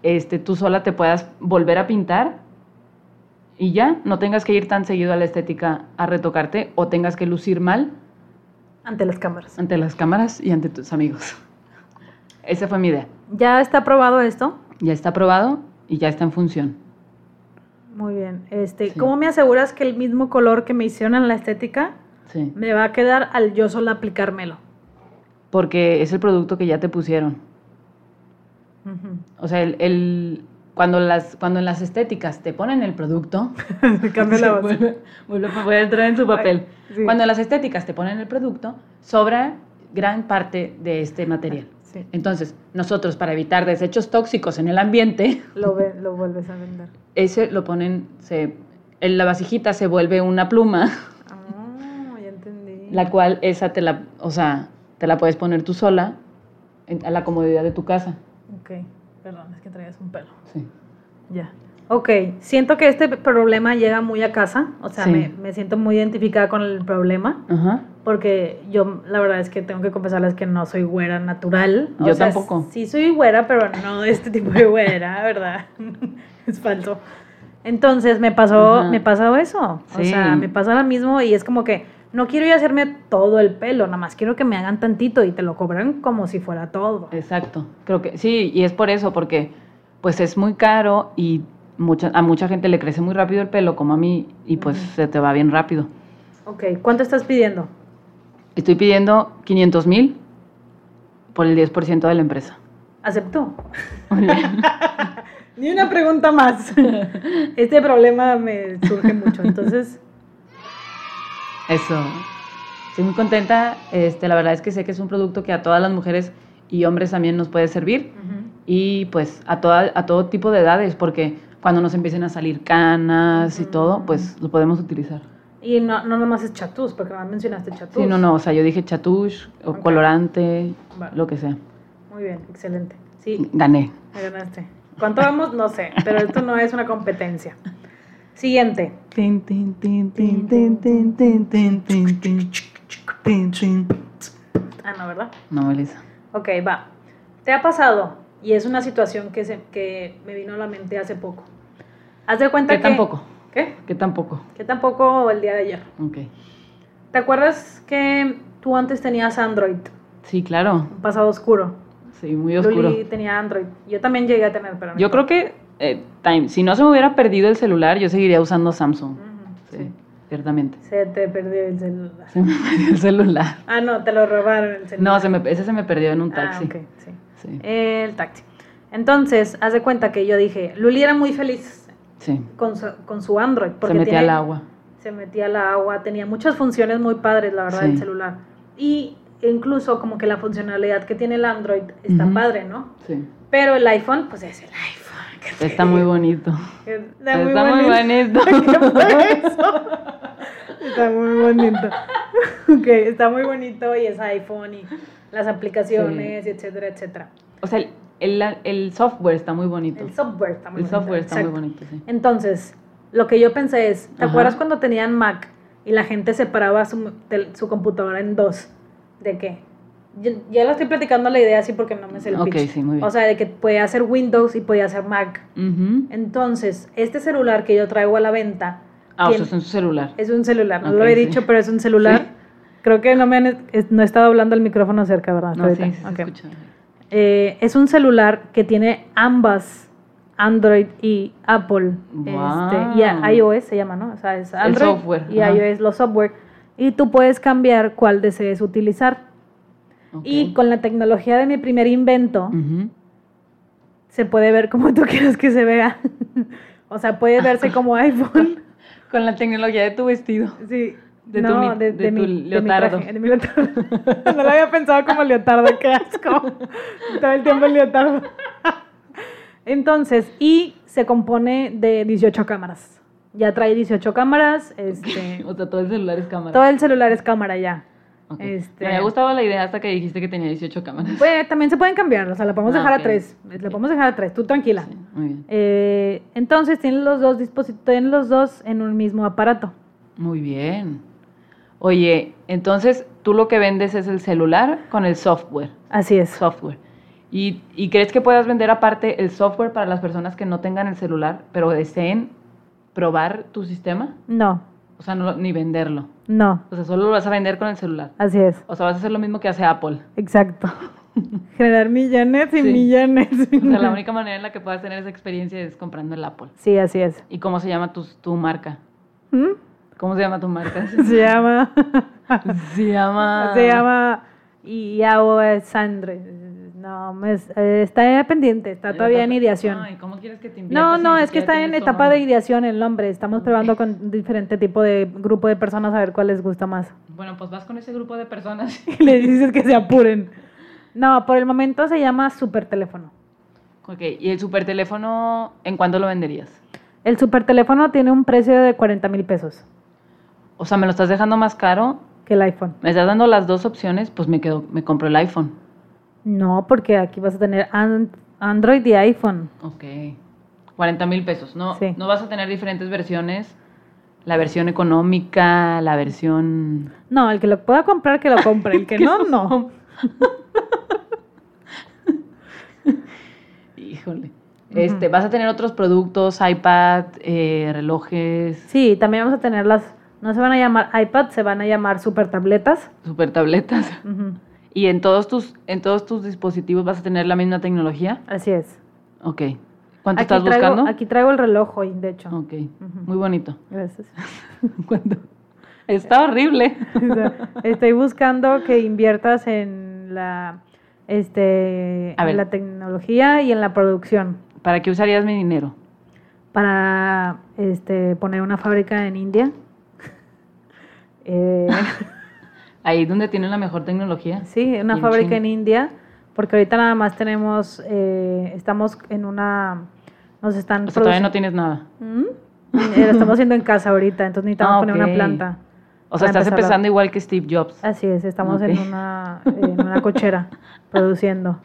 Speaker 1: Este, tú sola te puedas volver a pintar y ya no tengas que ir tan seguido a la estética a retocarte o tengas que lucir mal
Speaker 2: Ante las cámaras.
Speaker 1: ante las cámaras y ante tus amigos. Esa fue mi idea.
Speaker 2: ¿Ya está aprobado esto?
Speaker 1: Ya está aprobado y ya está en función.
Speaker 2: Muy bien. Este,
Speaker 1: Sí.
Speaker 2: ¿Cómo me aseguras que el mismo color que me hicieron en la estética
Speaker 1: Sí.
Speaker 2: me va a quedar al yo sola aplicármelo?
Speaker 1: porque es el producto que ya te pusieron. O sea, el, el- cuando, las, cuando en las estéticas te ponen el producto,
Speaker 2: Cambia la
Speaker 1: Sí,
Speaker 2: voz.
Speaker 1: vuelve- vuelve- voy a entrar en su papel.
Speaker 2: Ay, sí.
Speaker 1: Cuando en las estéticas te ponen el producto, sobra gran parte de este material.
Speaker 2: Sí.
Speaker 1: Entonces, nosotros para evitar desechos tóxicos en el ambiente,
Speaker 2: Lo, ve- lo vuelves a vender.
Speaker 1: ese lo ponen, se, en la vasijita se vuelve una pluma,
Speaker 2: Ah, ya entendí.
Speaker 1: la cual esa te la, o sea, te la puedes poner tú sola en- a la comodidad de tu casa.
Speaker 2: Ok, perdón, es que traías un pelo.
Speaker 1: Sí.
Speaker 2: Ya. Ok, siento que este problema llega muy a casa, o sea,
Speaker 1: Sí.
Speaker 2: me, me siento muy identificada con el problema,
Speaker 1: Ajá.
Speaker 2: porque yo la verdad es que tengo que confesarles que no soy güera natural. O
Speaker 1: Yo
Speaker 2: sea,
Speaker 1: tampoco.
Speaker 2: Sí soy güera, pero no de este tipo de güera, ¿verdad? es falso. Entonces me pasó,
Speaker 1: Ajá.
Speaker 2: me pasó eso, o
Speaker 1: Sí.
Speaker 2: sea, me pasa ahora mismo y es como que no quiero ir a hacerme todo el pelo, nada más quiero que me hagan tantito y te lo cobran como si fuera todo.
Speaker 1: Exacto, creo que sí, y es por eso, porque pues es muy caro y mucha, a mucha gente le crece muy rápido el pelo, como a mí, y pues
Speaker 2: Ujú.
Speaker 1: se te va bien rápido.
Speaker 2: Ok, ¿cuánto estás pidiendo?
Speaker 1: Estoy pidiendo 500 mil por el 10% de la empresa.
Speaker 2: Aceptó. Ni una pregunta más. Este problema me surge mucho, entonces.
Speaker 1: Eso. Estoy muy contenta, este, la verdad es que sé que es un producto que a todas las mujeres y hombres también nos puede servir. y pues a, toda, a todo tipo de edades, porque cuando nos empiecen a salir canas y todo, pues lo podemos utilizar.
Speaker 2: Y no, no nomás es chatús, porque no mencionaste chatús.
Speaker 1: Sí, no, no, o sea, yo dije chatouche o
Speaker 2: Ok.
Speaker 1: colorante,
Speaker 2: Vale.
Speaker 1: lo que sea.
Speaker 2: Muy bien, excelente. Sí,
Speaker 1: Gané.
Speaker 2: me ganaste. ¿Cuánto vamos? No sé, pero esto no es una competencia. Siguiente.
Speaker 1: Tin, tin, tin, tin, tin, tin, tin, tin, tin, tin, tin, tin.
Speaker 2: Ah, no, ¿verdad?
Speaker 1: No, Melissa.
Speaker 2: Ok, va. ¿Te ha pasado? Y es una situación que, se, que me vino a la mente hace poco. Haz de cuenta
Speaker 1: Que
Speaker 2: que...
Speaker 1: tampoco.
Speaker 2: ¿Qué?
Speaker 1: Que tampoco.
Speaker 2: Que tampoco el día de ayer.
Speaker 1: Ok.
Speaker 2: ¿Te acuerdas que tú antes tenías Android?
Speaker 1: Sí, claro.
Speaker 2: Un pasado oscuro.
Speaker 1: Sí, muy oscuro.
Speaker 2: Luli tenía Android. Yo también llegué a tener, pero... no.
Speaker 1: Yo creo que, eh, Time, si no se me hubiera perdido el celular, yo seguiría usando Samsung.
Speaker 2: Ujú,
Speaker 1: Sí,
Speaker 2: Mm, sí.
Speaker 1: ciertamente.
Speaker 2: Se te perdió el celular.
Speaker 1: Se me perdió el celular.
Speaker 2: Ah, no, te lo robaron el celular.
Speaker 1: No, se me, ese se me perdió en un
Speaker 2: Ah,
Speaker 1: taxi.
Speaker 2: ok, sí.
Speaker 1: Sí,
Speaker 2: El taxi. Entonces, haz de cuenta que yo dije, Luli era muy feliz
Speaker 1: sí.
Speaker 2: con su, con su Android.
Speaker 1: Se
Speaker 2: Porque
Speaker 1: metía
Speaker 2: tiene-
Speaker 1: al agua.
Speaker 2: Se metía al agua, tenía muchas funciones muy padres, la verdad,
Speaker 1: Sí.
Speaker 2: el celular. Y incluso como que la funcionalidad que tiene el Android está
Speaker 1: Ujú.
Speaker 2: padre, ¿no?
Speaker 1: Sí.
Speaker 2: Pero el iPhone, pues es el iPhone. ¿qué te
Speaker 1: Está muy bonito.
Speaker 2: digo? Está
Speaker 1: Está
Speaker 2: muy
Speaker 1: muy
Speaker 2: bonito.
Speaker 1: bonito.
Speaker 2: ¿Qué fue eso? Está muy bonito. Ok, está muy bonito y es iPhone y las aplicaciones, y etcétera, etcétera.
Speaker 1: O sea, el, el- el software está muy bonito.
Speaker 2: El software está muy
Speaker 1: El
Speaker 2: bonito.
Speaker 1: software está
Speaker 2: exacto.
Speaker 1: muy bonito, sí.
Speaker 2: Entonces, lo que yo pensé es, ¿te
Speaker 1: Ajá.
Speaker 2: acuerdas cuando tenían Mac y la gente separaba su, tel- su computadora en dos? ¿De qué? Yo- ya lo estoy platicando la idea así porque no me sé el
Speaker 1: Ok,
Speaker 2: pitch.
Speaker 1: sí, muy bien.
Speaker 2: O sea, de que podía hacer Windows y podía hacer Mac.
Speaker 1: Ujú.
Speaker 2: Entonces, este celular que yo traigo a la venta
Speaker 1: Ah, o sea,
Speaker 2: tiene-
Speaker 1: es en su celular.
Speaker 2: es un celular, no
Speaker 1: Ok,
Speaker 2: lo he
Speaker 1: sí.
Speaker 2: dicho, pero es un celular.
Speaker 1: Sí.
Speaker 2: Creo que no me han- es- no he estado hablando el micrófono cerca, ¿verdad? Hasta
Speaker 1: No, sí,
Speaker 2: ahorita.
Speaker 1: sí, se
Speaker 2: Ok.
Speaker 1: escucha.
Speaker 2: Eh, es un celular que tiene ambas Android y Apple
Speaker 1: Wow.
Speaker 2: este, y a- iOS se llama, ¿no? O sea, es Android
Speaker 1: software,
Speaker 2: y
Speaker 1: ajá.
Speaker 2: iOS los software y tú puedes cambiar cuál desees utilizar.
Speaker 1: Ok. Mm.
Speaker 2: Y con la tecnología de mi primer invento
Speaker 1: Ujú.
Speaker 2: se puede ver como tú quieras que se vea. o sea, puede verse como iPhone.
Speaker 1: Con la tecnología de tu vestido.
Speaker 2: Sí.
Speaker 1: De tu
Speaker 2: no,
Speaker 1: mi-
Speaker 2: de,
Speaker 1: de
Speaker 2: de
Speaker 1: tu
Speaker 2: mi, de mi
Speaker 1: leotardo.
Speaker 2: traje, de mi leotardo. no lo había pensado como leotardo, qué asco. Todo el tiempo el leotardo. Entonces, y se compone de 18 cámaras. Ya trae 18 cámaras, este,
Speaker 1: O sea, todo el celular es cámara.
Speaker 2: todo el celular es cámara ya.
Speaker 1: Ok.
Speaker 2: este-
Speaker 1: Me había gustado la idea hasta que dijiste que tenía 18 cámaras.
Speaker 2: Pues, también se pueden cambiar, o sea, la podemos
Speaker 1: Ah,
Speaker 2: dejar
Speaker 1: ok.
Speaker 2: a tres, la podemos dejar a tres, tú tranquila.
Speaker 1: Sí, muy bien.
Speaker 2: Eh, entonces, tienen los dos disposi- tienen los dos en un mismo aparato.
Speaker 1: Muy bien. Oye, entonces tú lo que vendes es el celular con el software.
Speaker 2: Así es.
Speaker 1: Software. ¿Y, y crees que puedas vender aparte el software para las personas que no tengan el celular, pero deseen probar tu sistema?
Speaker 2: No,
Speaker 1: O sea, no, lo- ni venderlo.
Speaker 2: no,
Speaker 1: O sea, solo lo vas a vender con el celular.
Speaker 2: así es.
Speaker 1: O sea, vas a hacer lo mismo que hace Apple.
Speaker 2: Exacto. Generar millones y
Speaker 1: Sí.
Speaker 2: millones.
Speaker 1: O sea, la única manera en la que puedas tener esa experiencia es comprando el Apple.
Speaker 2: Sí, así es.
Speaker 1: ¿Y cómo se llama tu, tu marca?
Speaker 2: ¿Mm?
Speaker 1: ¿Cómo se llama tu marca?
Speaker 2: Se llama.
Speaker 1: Se llama...
Speaker 2: Se llama. Y ahora es Android. No, me es- eh, está pendiente, está todavía en ideación.
Speaker 1: Ay, pues ¿cómo quieres que te
Speaker 2: No,
Speaker 1: inviertas si
Speaker 2: no,
Speaker 1: ni
Speaker 2: es que
Speaker 1: siquiera
Speaker 2: está en
Speaker 1: tienes
Speaker 2: etapa de
Speaker 1: todo?
Speaker 2: ideación el nombre. Estamos probando con diferente tipo de grupo de personas a ver cuál les gusta más.
Speaker 1: Bueno, pues vas con ese grupo de personas.
Speaker 2: Y les dices que se apuren. No, por el momento se llama Super Teléfono.
Speaker 1: ok, ¿y el super teléfono en cuánto lo venderías?
Speaker 2: El Super Teléfono tiene un precio de 40 mil pesos
Speaker 1: O sea, ¿me lo estás dejando más caro?
Speaker 2: que el iPhone.
Speaker 1: ¿Me estás dando las dos opciones? Pues me quedo, me compro el iPhone.
Speaker 2: No, porque aquí vas a tener an- Android y iPhone.
Speaker 1: Ok. 40 mil pesos. No,
Speaker 2: Sí.
Speaker 1: no vas a tener diferentes versiones. La versión económica, la versión...
Speaker 2: No, el que lo pueda comprar, que lo compre. El que no, no.
Speaker 1: Híjole.
Speaker 2: Ujú.
Speaker 1: Este, vas a tener otros productos, iPad, eh, relojes,
Speaker 2: Sí, también vamos a tener las... No se van a llamar iPad, se van a llamar super tabletas.
Speaker 1: super tabletas.
Speaker 2: Ujú,
Speaker 1: ¿Y en todos tus, en todos tus dispositivos vas a tener la misma tecnología?
Speaker 2: Así es.
Speaker 1: Ok. ¿Cuánto
Speaker 2: aquí
Speaker 1: estás
Speaker 2: traigo,
Speaker 1: buscando?
Speaker 2: Aquí traigo el reloj hoy, de hecho.
Speaker 1: Ok.
Speaker 2: Ujú.
Speaker 1: Muy bonito.
Speaker 2: Gracias.
Speaker 1: ¿Cuánto? Está horrible.
Speaker 2: O sea, Estoy buscando que inviertas en la, este,
Speaker 1: A
Speaker 2: en
Speaker 1: ver.
Speaker 2: la tecnología y en la producción
Speaker 1: ¿Para qué usarías mi dinero?
Speaker 2: para este, poner una fábrica en India. Eh,
Speaker 1: Ahí donde tienen la mejor tecnología.
Speaker 2: Sí,
Speaker 1: Y
Speaker 2: una
Speaker 1: en
Speaker 2: fábrica
Speaker 1: China.
Speaker 2: en India, porque ahorita nada más tenemos, eh, estamos en una, nos están
Speaker 1: O sea, todavía no
Speaker 2: produci-
Speaker 1: tienes nada.
Speaker 2: ¿Mm? Eh, Lo estamos haciendo en casa ahorita, entonces necesitamos
Speaker 1: Ah,
Speaker 2: poner
Speaker 1: ok.
Speaker 2: una planta.
Speaker 1: O sea,
Speaker 2: Para
Speaker 1: estás
Speaker 2: empezar a- Ah,
Speaker 1: empezando igual que Steve Jobs.
Speaker 2: Así es, estamos
Speaker 1: Ok.
Speaker 2: en, una, eh, en una cochera produciendo.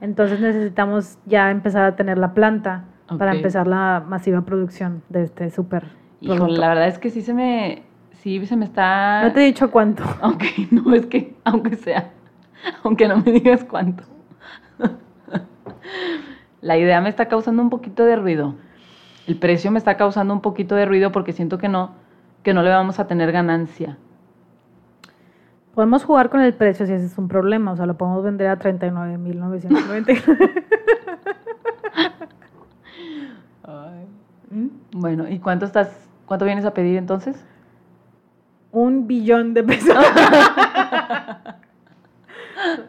Speaker 2: Entonces necesitamos ya empezar a tener la planta para
Speaker 1: Ok.
Speaker 2: empezar la masiva producción de este súper.
Speaker 1: Híjole,
Speaker 2: producto.
Speaker 1: la verdad es que sí se me. Sí se me está.
Speaker 2: No te he dicho cuánto.
Speaker 1: Aunque no es que. Aunque sea. Aunque no me digas cuánto. la idea me está causando un poquito de ruido. El precio me está causando un poquito de ruido porque siento que no. Que no le vamos a tener ganancia.
Speaker 2: Podemos jugar con el precio si ese es un problema, o sea, lo podemos vender a 39.999. ¿Mm?
Speaker 1: Bueno, ¿y cuánto estás. ¿Cuánto vienes a pedir entonces?
Speaker 2: un billón de pesos.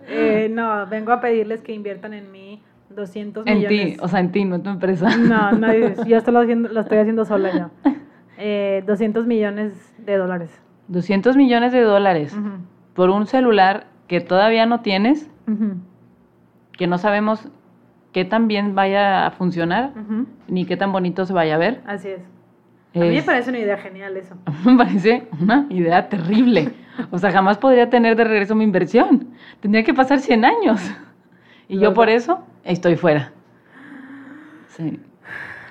Speaker 2: Eh, no, vengo a pedirles que inviertan en mí 200
Speaker 1: En ti,
Speaker 2: millones.
Speaker 1: o sea, en ti, no en tu empresa.
Speaker 2: No, no, yo esto lo, haciendo- lo estoy haciendo sola ya. Eh, 200 millones de dólares.
Speaker 1: 200 millones de dólares
Speaker 2: Ujú,
Speaker 1: por un celular que todavía no tienes,
Speaker 2: ujú,
Speaker 1: que no sabemos qué tan bien vaya a funcionar,
Speaker 2: ujú.
Speaker 1: ni qué tan bonito se vaya a ver.
Speaker 2: Así es. A mí me
Speaker 1: Es-
Speaker 2: parece una idea genial eso.
Speaker 1: me parece una idea terrible. O sea, jamás podría tener de regreso mi inversión. Tendría que pasar 100 años. Y yo
Speaker 2: Luego.
Speaker 1: por eso estoy fuera. Sí.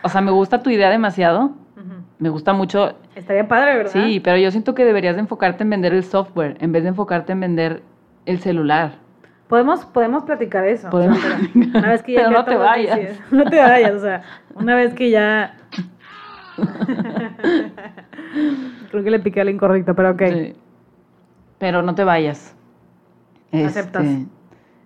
Speaker 1: O sea, me gusta tu idea demasiado.
Speaker 2: Ujú.
Speaker 1: Me gusta mucho
Speaker 2: Estaría padre, ¿verdad?
Speaker 1: Sí, pero yo siento que deberías de enfocarte en vender el software en vez de enfocarte en vender el celular.
Speaker 2: Podemos, podemos platicar eso. o sea,
Speaker 1: Podemos
Speaker 2: pero
Speaker 1: platicar.
Speaker 2: una vez que ya
Speaker 1: Pero no
Speaker 2: inviertan
Speaker 1: te
Speaker 2: los
Speaker 1: vayas.
Speaker 2: 200, No te vayas, o sea, una vez que ya. Creo que le piqué al incorrecto, pero ok.
Speaker 1: Sí. Pero no te vayas.
Speaker 2: Aceptas.
Speaker 1: Este,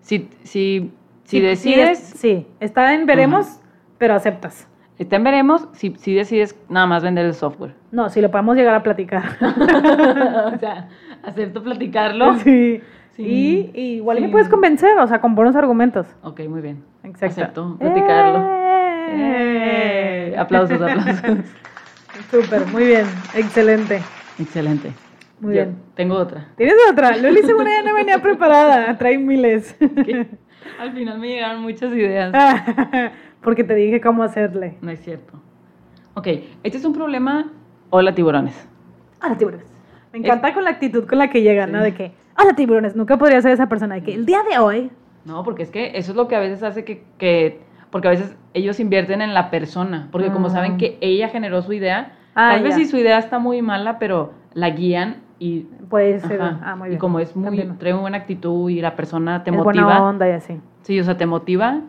Speaker 1: si, si, si
Speaker 2: Sí,
Speaker 1: decides,
Speaker 2: Sí, es- sí, está en veremos, pero aceptas.
Speaker 1: está en veremos, si, si decides nada más vender el software.
Speaker 2: No, si lo podemos llegar a platicar.
Speaker 1: o sea, acepto platicarlo.
Speaker 2: Sí.
Speaker 1: Sí.
Speaker 2: Y, y igual y me
Speaker 1: Sí.
Speaker 2: puedes convencer, o sea, con buenos argumentos.
Speaker 1: Ok, muy bien.
Speaker 2: Exacto.
Speaker 1: Acepto platicarlo.
Speaker 2: ¡Eh!
Speaker 1: Eh, Aplausos, aplausos.
Speaker 2: Súper, muy bien, excelente.
Speaker 1: Excelente.
Speaker 2: Muy
Speaker 1: Yo
Speaker 2: bien.
Speaker 1: Tengo otra.
Speaker 2: ¿Tienes otra? Loli según ella no venía preparada, trae miles.
Speaker 1: Al final me llegaron muchas ideas.
Speaker 2: Ah. Porque te dije cómo hacerle.
Speaker 1: No es cierto. Ok, este es un problema. Hola, tiburones.
Speaker 2: Hola, tiburones. Me encanta con la actitud con la que llegan, ¿no? De que, hola, tiburones, nunca podría ser esa persona. De que el día de hoy.
Speaker 1: No, porque es que eso es lo que a veces hace que. que- porque a veces ellos invierten en la persona. Porque como
Speaker 2: Ah.
Speaker 1: saben que ella generó su idea,
Speaker 2: Ah,
Speaker 1: tal vez
Speaker 2: ya.
Speaker 1: si su idea está muy mala, pero la guían y.
Speaker 2: Puede ser.
Speaker 1: ajá,
Speaker 2: Ah, muy
Speaker 1: y
Speaker 2: bien.
Speaker 1: como es muy.
Speaker 2: Continúa.
Speaker 1: Trae muy buena actitud y la persona te
Speaker 2: Es
Speaker 1: motiva.
Speaker 2: buena onda y así.
Speaker 1: Sí, o sea, te motiva.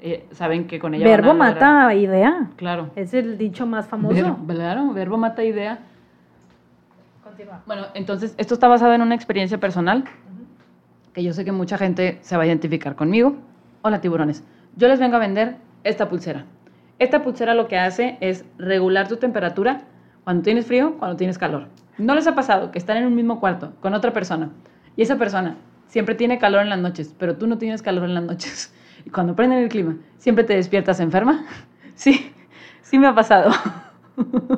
Speaker 1: eh, saben que con ella. van a
Speaker 2: Verbo
Speaker 1: lograr-
Speaker 2: mata idea.
Speaker 1: Claro.
Speaker 2: Es el dicho más famoso.
Speaker 1: Ver- claro, verbo mata idea.
Speaker 2: Continúa.
Speaker 1: Bueno, entonces esto está basado en una experiencia personal que yo sé que mucha gente se va a identificar conmigo. Hola tiburones, yo les vengo a vender esta pulsera. Esta pulsera lo que hace es regular tu temperatura cuando tienes frío, cuando tienes calor. ¿No les ha pasado que están en un mismo cuarto con otra persona y esa persona siempre tiene calor en las noches, pero tú no tienes calor en las noches? Y cuando prenden el clima, ¿siempre te despiertas enferma? Sí, sí me ha pasado.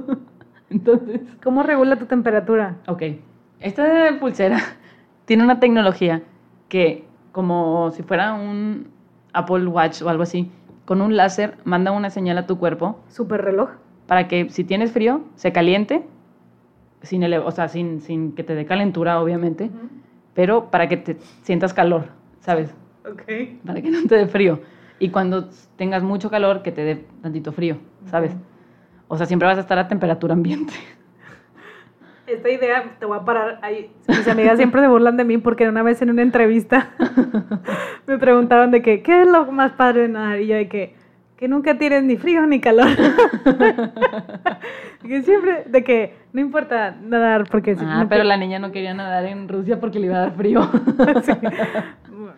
Speaker 1: Entonces...
Speaker 2: ¿Cómo regula tu temperatura?
Speaker 1: Ok. Esta pulsera tiene una tecnología que, como si fuera un Apple Watch o algo así, con un láser manda una señal a tu cuerpo
Speaker 2: ¿Super reloj?
Speaker 1: para que si tienes frío, se caliente, sin ele- o sea, sin, sin que te dé calentura, obviamente, pero para que te sientas calor, ¿sabes?
Speaker 2: Ok.
Speaker 1: Para que no te dé frío. Y cuando tengas mucho calor, que te dé tantito frío, ¿sabes?
Speaker 2: Ujú.
Speaker 1: O sea, siempre vas a estar a temperatura ambiente.
Speaker 2: Esta idea te voy a parar ahí. Mis amigas siempre se burlan de mí porque una vez en una entrevista me preguntaron de que, ¿qué es lo más padre de nadar? Y yo de que, que nunca tienes ni frío ni calor. que siempre, de que no importa nadar porque... si-
Speaker 1: Ah,
Speaker 2: no
Speaker 1: pero
Speaker 2: te-
Speaker 1: la niña no quería nadar en Rusia porque le iba a dar frío. Ah,
Speaker 2: Sí.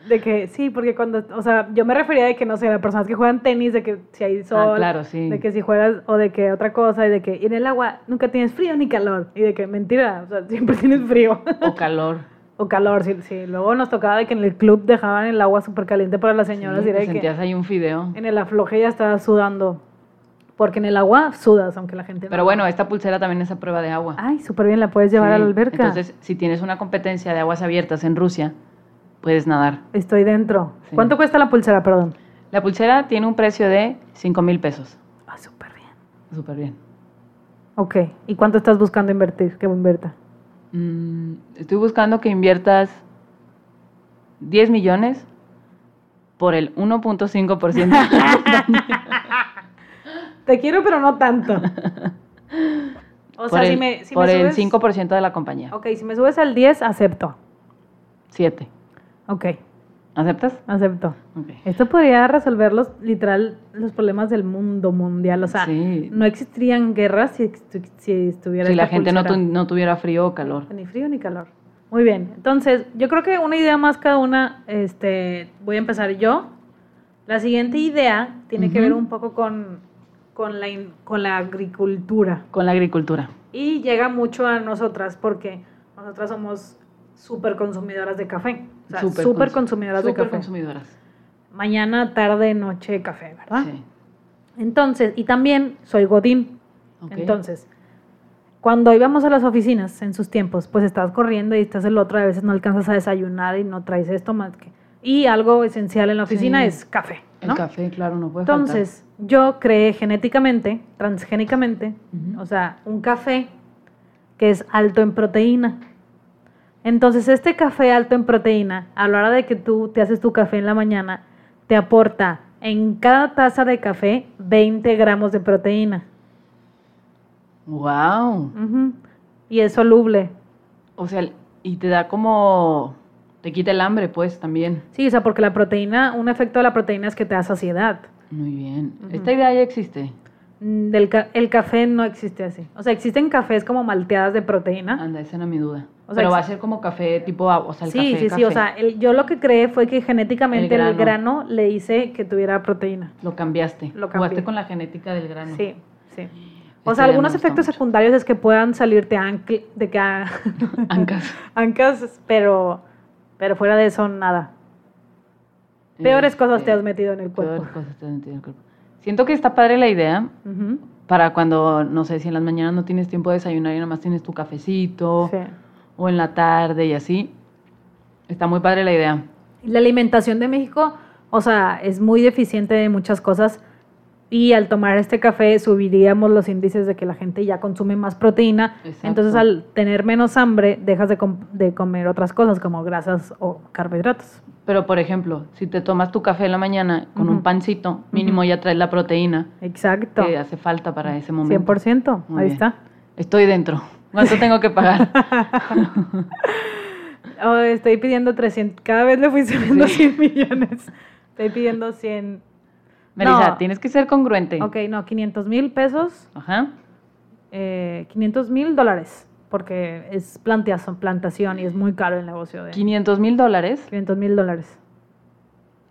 Speaker 2: De que sí, porque cuando, o sea, yo me refería de que, no sé, las personas que juegan tenis, de que si hay sol,
Speaker 1: Ah, claro, sí.
Speaker 2: de que si juegas o de que otra cosa, y de que en el agua nunca tienes frío ni calor, y de que mentira, o sea, siempre tienes frío
Speaker 1: o calor.
Speaker 2: o calor, sí, sí. Luego nos tocaba de que en el club dejaban el agua súper caliente para las señoras,
Speaker 1: Sí,
Speaker 2: y era
Speaker 1: te
Speaker 2: de que
Speaker 1: sentías ahí un fideo.
Speaker 2: en el afloje ya estaba sudando, porque en el agua sudas, aunque la gente no.
Speaker 1: Pero bueno, esta pulsera también es a prueba de agua.
Speaker 2: Ay, súper bien, la puedes llevar a
Speaker 1: Sí,
Speaker 2: la alberca.
Speaker 1: Entonces, si tienes una competencia de aguas abiertas en Rusia, puedes nadar.
Speaker 2: Estoy dentro.
Speaker 1: Sí.
Speaker 2: ¿Cuánto cuesta la pulsera, perdón?
Speaker 1: La pulsera tiene un precio de 5 mil pesos.
Speaker 2: Ah, súper bien.
Speaker 1: Súper bien.
Speaker 2: Ok, ¿y cuánto estás buscando invertir? Que invierta.
Speaker 1: Mm, estoy buscando que inviertas 10 millones por el 1.5%.
Speaker 2: Te quiero, pero no tanto. O
Speaker 1: por
Speaker 2: sea,
Speaker 1: el,
Speaker 2: si me, si
Speaker 1: por
Speaker 2: me
Speaker 1: el
Speaker 2: subes.
Speaker 1: 5% de la compañía.
Speaker 2: Ok, si me subes al 10, acepto.
Speaker 1: 7.
Speaker 2: Ok,
Speaker 1: ¿Aceptas?
Speaker 2: acepto.
Speaker 1: Ok.
Speaker 2: Esto podría resolver los, literal, los problemas del mundo mundial. O sea,
Speaker 1: Sí.
Speaker 2: no existirían guerras si, estu- si estuviera
Speaker 1: Si la
Speaker 2: esta
Speaker 1: gente no,
Speaker 2: pulsera.
Speaker 1: tu- no tuviera frío o calor.
Speaker 2: Ni frío ni calor. Muy bien. Entonces, yo creo que una idea más cada una, este, voy a empezar yo. La siguiente idea tiene que
Speaker 1: Ujú.
Speaker 2: ver un poco con, con, la, in- con la agricultura.
Speaker 1: Con la agricultura.
Speaker 2: Y llega mucho a nosotras porque nosotras somos súper consumidoras de café. O sea, súper
Speaker 1: consum-
Speaker 2: consumidoras de
Speaker 1: súper
Speaker 2: café.
Speaker 1: consumidoras.
Speaker 2: Mañana, tarde, noche, café, ¿verdad?
Speaker 1: Sí.
Speaker 2: Entonces, y también soy Godín.
Speaker 1: Ok.
Speaker 2: Entonces, cuando íbamos a las oficinas en sus tiempos, pues estás corriendo y estás el otro, a veces no alcanzas a desayunar y no traes esto más que... Y algo esencial en la oficina
Speaker 1: Sí.
Speaker 2: es café,
Speaker 1: El
Speaker 2: ¿no?
Speaker 1: café, claro, no puede
Speaker 2: Entonces, yo creé genéticamente, transgénicamente,
Speaker 1: Ujú.
Speaker 2: o sea, un café que es alto en proteína. Entonces, este café alto en proteína, a la hora de que tú te haces tu café en la mañana, te aporta en cada taza de café 20 gramos de proteína.
Speaker 1: faltar. ¡Wow!
Speaker 2: Ujú. Y es soluble.
Speaker 1: O sea, y te da como... Te quita el hambre, pues, también.
Speaker 2: Sí, o sea, porque la proteína, un efecto de la proteína es que te da saciedad.
Speaker 1: Muy bien.
Speaker 2: Ujú.
Speaker 1: Esta idea ya existe.
Speaker 2: Mm, Del ca- el café no existe así. O sea, existen cafés como malteadas de proteína.
Speaker 1: Anda, esa era mi duda.
Speaker 2: Ah. O sea,
Speaker 1: Pero va a
Speaker 2: ex-
Speaker 1: ser como café tipo agua, Ah, o sea, el
Speaker 2: sí,
Speaker 1: café,
Speaker 2: sí, sí.
Speaker 1: café.
Speaker 2: O sea, el- yo lo que creé fue que genéticamente
Speaker 1: El
Speaker 2: el grano, le hice que tuviera proteína.
Speaker 1: Lo cambiaste.
Speaker 2: Lo
Speaker 1: Jugaste
Speaker 2: cambié.
Speaker 1: con la genética del grano.
Speaker 2: Sí, sí.
Speaker 1: Esta
Speaker 2: O sea,
Speaker 1: idea me
Speaker 2: algunos
Speaker 1: gusta
Speaker 2: efectos
Speaker 1: mucho.
Speaker 2: secundarios es que puedan salirte ancl- de que a-
Speaker 1: Ancas.
Speaker 2: ancas, pero, pero fuera de eso, nada. Peores cosas te
Speaker 1: Este,
Speaker 2: has metido en el
Speaker 1: Peores
Speaker 2: cuerpo.
Speaker 1: cosas te has metido en el cuerpo. Siento que está padre la idea
Speaker 2: Ujú,
Speaker 1: para cuando, no sé, si en las mañanas no tienes tiempo de desayunar y nada más tienes tu cafecito
Speaker 2: sí.
Speaker 1: o en la tarde y así. Está muy padre la idea.
Speaker 2: La alimentación de México, o sea, es muy deficiente de muchas cosas y al tomar este café subiríamos los índices de que la gente ya consume más proteína,
Speaker 1: Exacto.
Speaker 2: entonces al tener menos hambre dejas de, com- de comer otras cosas como grasas o carbohidratos.
Speaker 1: Pero, por ejemplo, si te tomas tu café en la mañana con un
Speaker 2: Ujú.
Speaker 1: pancito, mínimo
Speaker 2: Ujú.
Speaker 1: ya traes la proteína
Speaker 2: Exacto.
Speaker 1: que hace falta para ese momento.
Speaker 2: 100%,
Speaker 1: Muy
Speaker 2: ahí
Speaker 1: bien.
Speaker 2: está.
Speaker 1: Estoy dentro. ¿Cuánto tengo que pagar?
Speaker 2: Oh, estoy pidiendo 300, cada vez le fui subiendo 100 millones. Estoy pidiendo 100,
Speaker 1: Melissa,
Speaker 2: No.
Speaker 1: tienes que ser congruente.
Speaker 2: ok, no, 500 mil pesos.
Speaker 1: Ajá.
Speaker 2: eh, 500 mil dólares, porque es plantación, plantación y es muy caro el negocio de
Speaker 1: 500 mil dólares.
Speaker 2: 500 mil dólares.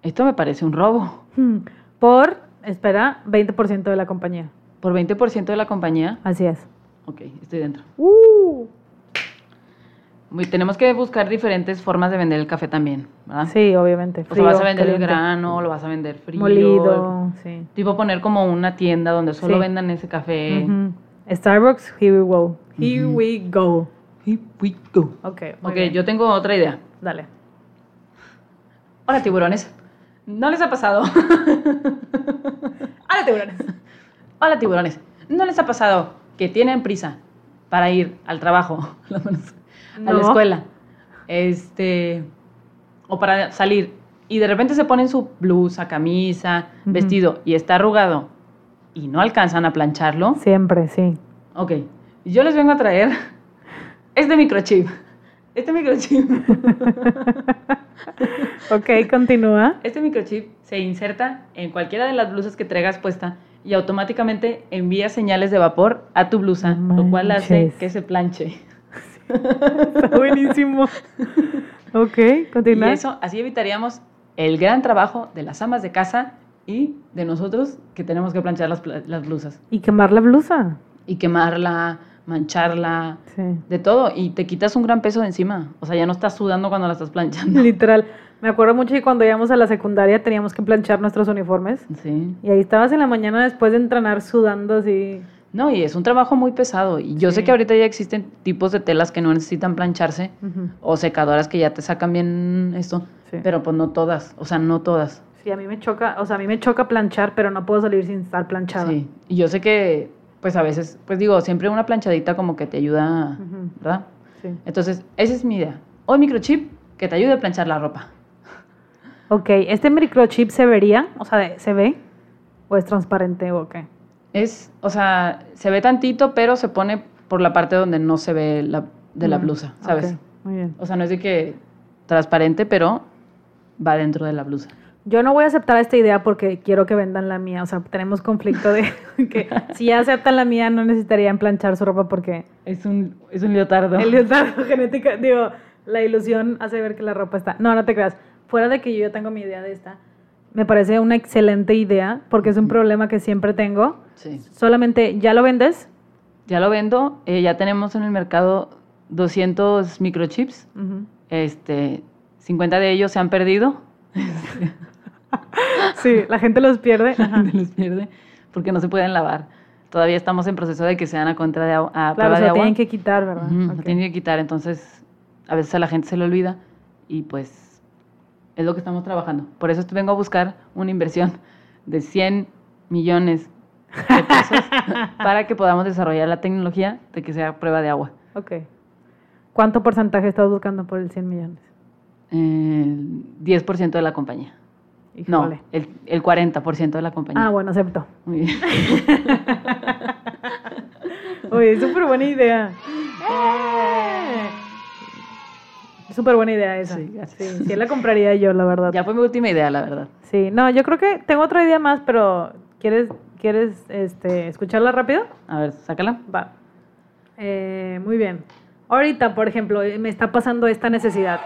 Speaker 1: Esto me parece un robo.
Speaker 2: Hmm. Por, espera, 20% de la compañía.
Speaker 1: Por 20% de la compañía.
Speaker 2: Así es.
Speaker 1: Ok, estoy dentro.
Speaker 2: Uh,
Speaker 1: Muy- tenemos que buscar diferentes formas de vender el café también, ¿verdad?
Speaker 2: sí, obviamente.
Speaker 1: Ah. O sea, vas a
Speaker 2: frío,
Speaker 1: vender
Speaker 2: caliente,
Speaker 1: el grano, lo vas a vender frío.
Speaker 2: Molido, sí.
Speaker 1: Tipo poner como una tienda donde solo
Speaker 2: Sí.
Speaker 1: vendan ese café.
Speaker 2: Ujú. Starbucks, here we go. Here
Speaker 1: Ujú.
Speaker 2: we go.
Speaker 1: Here we go.
Speaker 2: Ok, muy
Speaker 1: Ok,
Speaker 2: bien.
Speaker 1: yo tengo otra idea.
Speaker 2: Dale.
Speaker 1: Hola, tiburones. ¿No les ha pasado?
Speaker 2: Ahora tiburones.
Speaker 1: Hola, tiburones. ¿No les ha pasado que tienen prisa para ir al trabajo, a
Speaker 2: No.
Speaker 1: la escuela, este, o para salir y de repente se ponen su blusa, camisa,
Speaker 2: Ujú.
Speaker 1: vestido y está arrugado y no alcanzan a plancharlo?
Speaker 2: Siempre, sí.
Speaker 1: Ok, yo les vengo a traer este microchip. Este microchip,
Speaker 2: Ok, continúa.
Speaker 1: este microchip se inserta en cualquiera de las blusas que traigas puesta y automáticamente envía señales de vapor a tu blusa, lo cual hace
Speaker 2: Manches.
Speaker 1: que se planche.
Speaker 2: Está buenísimo. Ok,
Speaker 1: Y
Speaker 2: continúa.
Speaker 1: eso, así evitaríamos el gran trabajo de las amas de casa y de nosotros que tenemos que planchar las, pla- las blusas
Speaker 2: Y quemar la blusa.
Speaker 1: y quemarla, mancharla,
Speaker 2: Sí.
Speaker 1: de todo. Y te quitas un gran peso de encima. O sea, ya no estás sudando cuando la estás planchando.
Speaker 2: Literal. Me acuerdo mucho que cuando íbamos a la secundaria teníamos que planchar nuestros uniformes.
Speaker 1: Sí.
Speaker 2: Y ahí estabas en la mañana después de entrenar sudando así.
Speaker 1: No, y es un trabajo muy pesado. Y yo sé
Speaker 2: Sí.
Speaker 1: que ahorita ya existen tipos de telas que no necesitan plancharse
Speaker 2: Ujú,
Speaker 1: o secadoras que ya te sacan bien esto.
Speaker 2: Sí.
Speaker 1: Pero pues no todas. O sea, no todas.
Speaker 2: Sí, a mí me choca, o sea, a mí me choca planchar, pero no puedo salir sin estar planchada.
Speaker 1: Sí, y yo sé que, pues a veces, pues digo, siempre una planchadita como que te ayuda,
Speaker 2: Ujú.
Speaker 1: ¿verdad?
Speaker 2: Sí.
Speaker 1: Entonces, esa es mi idea. O el microchip que te ayude a planchar la ropa.
Speaker 2: Ok, ¿este microchip se vería? O sea, ¿se ve? ¿O es transparente o qué?
Speaker 1: Es, o sea, se ve tantito, pero se pone por la parte donde no se ve la, de la
Speaker 2: Mm,
Speaker 1: blusa, ¿sabes?
Speaker 2: ok, Muy bien.
Speaker 1: O sea, no es de que transparente, pero va dentro de la blusa.
Speaker 2: Yo no voy a aceptar esta idea porque quiero que vendan la mía. O sea, tenemos conflicto de que si ya aceptan la mía, no necesitarían planchar su ropa porque
Speaker 1: Es un, es un leotardo.
Speaker 2: el leotardo genética, digo, la ilusión hace ver que la ropa está. No, no te creas. Fuera de que yo ya tengo mi idea de esta, me parece una excelente idea porque es un problema que siempre tengo.
Speaker 1: Sí.
Speaker 2: Solamente, ¿ya lo vendes?
Speaker 1: Ya lo vendo. eh, ya tenemos en el mercado 200 microchips.
Speaker 2: Ujú.
Speaker 1: Este, 50 de ellos se han perdido.
Speaker 2: Sí, la gente los pierde. Ajá.
Speaker 1: Donde los pierde, porque no se pueden lavar. Todavía estamos en proceso de que sean a contra de agua, a
Speaker 2: Claro,
Speaker 1: prueba
Speaker 2: se
Speaker 1: de
Speaker 2: lo
Speaker 1: agua.
Speaker 2: tienen que quitar, ¿verdad?
Speaker 1: Ujú, lo
Speaker 2: Ok.
Speaker 1: tienen que quitar, entonces a veces a la gente se le olvida y pues es lo que estamos trabajando. Por eso vengo a buscar una inversión de 100 millones de pesos para que podamos desarrollar la tecnología de que sea a prueba de agua.
Speaker 2: Ok. ¿Cuánto porcentaje estás buscando por el 100 millones?
Speaker 1: El 10% de la compañía. No,
Speaker 2: Híjole.
Speaker 1: el, el 40% de la compañía.
Speaker 2: Ah, bueno, acepto.
Speaker 1: Muy bien.
Speaker 2: Oye, súper buena idea. Súper buena idea esa.
Speaker 1: ¡Eh! Sí,
Speaker 2: Sí,
Speaker 1: gracias.
Speaker 2: sí, la compraría yo, la verdad.
Speaker 1: Ya fue mi última idea, la verdad.
Speaker 2: Sí, no, yo creo que tengo otra idea más, pero ¿quieres, quieres este, escucharla rápido?
Speaker 1: A ver, sácala.
Speaker 2: Va. Eh, muy bien. Ahorita, por ejemplo, eh, me está pasando esta necesidad.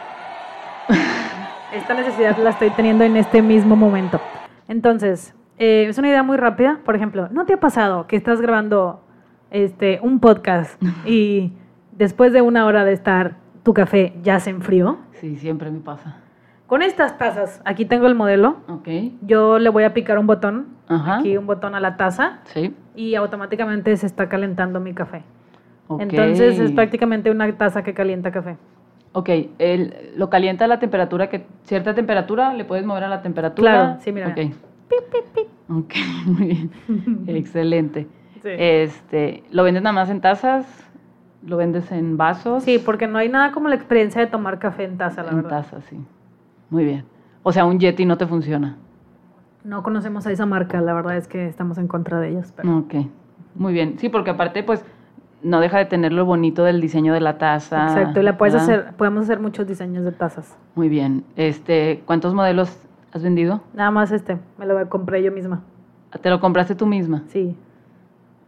Speaker 2: Esta necesidad la estoy teniendo en este mismo momento. Entonces, eh, es una idea muy rápida. Por ejemplo, ¿no te ha pasado que estás grabando este, un podcast y después de una hora de estar tu café ya se enfrió?
Speaker 1: Sí, siempre me pasa.
Speaker 2: Con estas tazas, aquí tengo el modelo.
Speaker 1: Ok.
Speaker 2: Yo le voy a picar un botón,
Speaker 1: Ajá.
Speaker 2: aquí un botón a la taza
Speaker 1: Sí.
Speaker 2: y automáticamente se está calentando mi café.
Speaker 1: ok.
Speaker 2: Entonces es prácticamente una taza que calienta café.
Speaker 1: Ok, el, lo calienta a la temperatura, que cierta temperatura, le puedes mover a la temperatura.
Speaker 2: Claro, sí, mira,
Speaker 1: Ok,
Speaker 2: mira.
Speaker 1: Ok, muy bien. Excelente.
Speaker 2: Sí.
Speaker 1: Este, ¿Lo vendes nada más en tazas? ¿Lo vendes en vasos?
Speaker 2: Sí, porque no hay nada como la experiencia de tomar café en taza, la
Speaker 1: en
Speaker 2: verdad.
Speaker 1: tazas, sí. Muy bien. O sea, un Yeti no te funciona.
Speaker 2: No conocemos a esa marca, la verdad es que estamos en contra de ellas. Pero...
Speaker 1: Ok, muy bien. Sí, porque aparte, pues, no deja de tener lo bonito del diseño de la taza.
Speaker 2: Exacto, y la puedes
Speaker 1: ¿verdad?
Speaker 2: hacer, podemos hacer muchos diseños de tazas.
Speaker 1: Muy bien. Este, ¿Cuántos modelos has vendido?
Speaker 2: Nada más este, me lo compré yo misma.
Speaker 1: ¿Te lo compraste tú misma?
Speaker 2: Sí.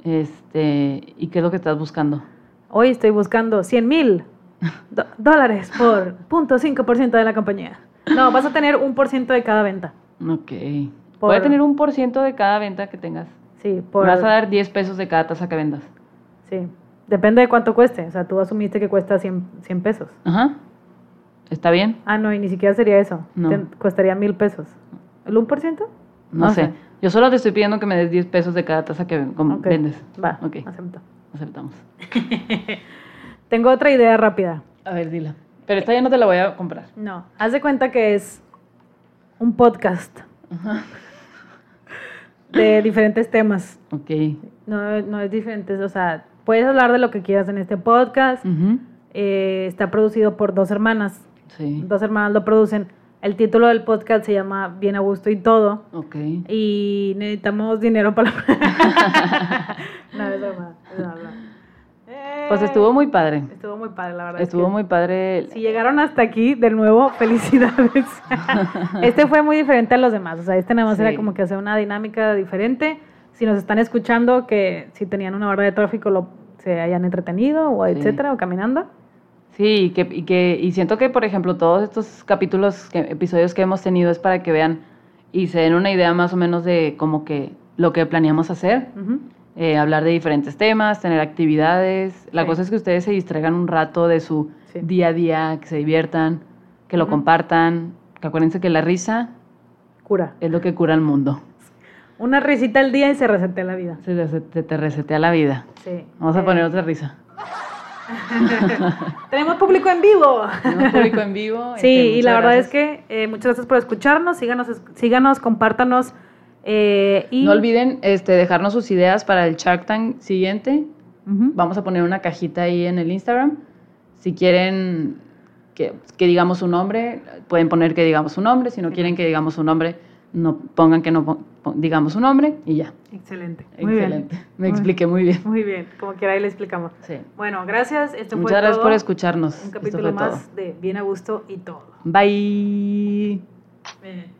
Speaker 1: Este, ¿Y qué es lo que estás buscando?
Speaker 2: Hoy estoy buscando 100 mil do- dólares por 0.5% de la compañía. No, vas a tener un por ciento de cada venta.
Speaker 1: Ok. Voy a
Speaker 2: Por-
Speaker 1: tener un por ciento de cada venta que tengas.
Speaker 2: Sí, por...
Speaker 1: Me vas a dar 10 pesos de cada taza que vendas.
Speaker 2: Sí. Depende de cuánto cueste. O sea, tú asumiste que cuesta 100, 100 pesos.
Speaker 1: Ajá. ¿Está bien?
Speaker 2: Ah, no, y ni siquiera sería eso.
Speaker 1: No.
Speaker 2: Te- costaría mil pesos. ¿El 1%?
Speaker 1: No
Speaker 2: No
Speaker 1: sé.
Speaker 2: sé.
Speaker 1: Yo solo te estoy pidiendo que me des 10 pesos de cada taza que ven- com-
Speaker 2: Ok,
Speaker 1: vendes.
Speaker 2: Va,
Speaker 1: Ok.
Speaker 2: acepto.
Speaker 1: Aceptamos.
Speaker 2: Tengo otra idea rápida.
Speaker 1: A ver, dila. Pero esta ya no te la voy a comprar.
Speaker 2: No, haz de cuenta que es un podcast de diferentes temas.
Speaker 1: Ok.
Speaker 2: No, no es diferentes, o sea, puedes hablar de lo que quieras en este podcast.
Speaker 1: Ujú.
Speaker 2: Eh, está producido por dos hermanas.
Speaker 1: Sí.
Speaker 2: Dos hermanas lo producen. El título del podcast se llama Bien a gusto y todo.
Speaker 1: Ok.
Speaker 2: y necesitamos dinero para la... no, es broma, es broma. Eh,
Speaker 1: Pues estuvo muy padre.
Speaker 2: Estuvo muy padre, la verdad. es
Speaker 1: Estuvo
Speaker 2: que
Speaker 1: muy padre. el-
Speaker 2: Si llegaron hasta aquí, de nuevo, felicidades. este fue muy diferente a los demás. O sea, este nada más
Speaker 1: Sí.
Speaker 2: era como que hacer una dinámica diferente. Si nos están escuchando, que si tenían una hora de tráfico, lo, se hayan entretenido, o
Speaker 1: Sí.
Speaker 2: etcétera, o caminando.
Speaker 1: Sí, y que, y que y siento que, por ejemplo, todos estos capítulos, que- episodios que hemos tenido es para que vean y se den una idea más o menos de como que lo que planeamos hacer,
Speaker 2: Ujú.
Speaker 1: eh, hablar de diferentes temas, tener actividades. La
Speaker 2: Sí.
Speaker 1: cosa es que ustedes se distraigan un rato de su
Speaker 2: Sí.
Speaker 1: día a día, que se diviertan, que lo
Speaker 2: Ujú.
Speaker 1: compartan, que acuérdense que la risa
Speaker 2: Cura.
Speaker 1: es lo que cura al mundo.
Speaker 2: Una risita al día y se resetea la vida.
Speaker 1: Se te, se te resetea la vida.
Speaker 2: Sí.
Speaker 1: Vamos a
Speaker 2: Eh,
Speaker 1: poner otra risa.
Speaker 2: Tenemos público en vivo.
Speaker 1: Tenemos público en vivo. este,
Speaker 2: Sí, y la verdad
Speaker 1: que
Speaker 2: es que eh, muchas gracias por escucharnos, síganos, es- síganos, compártanos eh, y
Speaker 1: No olviden este, dejarnos sus ideas para el Shark Tank siguiente.
Speaker 2: Ujú.
Speaker 1: Vamos a poner una cajita ahí en el Instagram. Si quieren que, que digamos su nombre, pueden poner que digamos su nombre. Si no quieren que digamos su nombre, no pongan que no pon- pon- digamos un nombre y ya.
Speaker 2: Excelente. Muy
Speaker 1: Excelente.
Speaker 2: Bien.
Speaker 1: Me expliqué muy bien.
Speaker 2: Muy bien, como quiera ahí le explicamos.
Speaker 1: Sí.
Speaker 2: Bueno, gracias. Esto fue
Speaker 1: Muchas gracias
Speaker 2: todo.
Speaker 1: por escucharnos.
Speaker 2: Un
Speaker 1: Esto
Speaker 2: capítulo
Speaker 1: fue todo.
Speaker 2: más de Bien a Gusto y todo.
Speaker 1: Bye.
Speaker 2: Eh.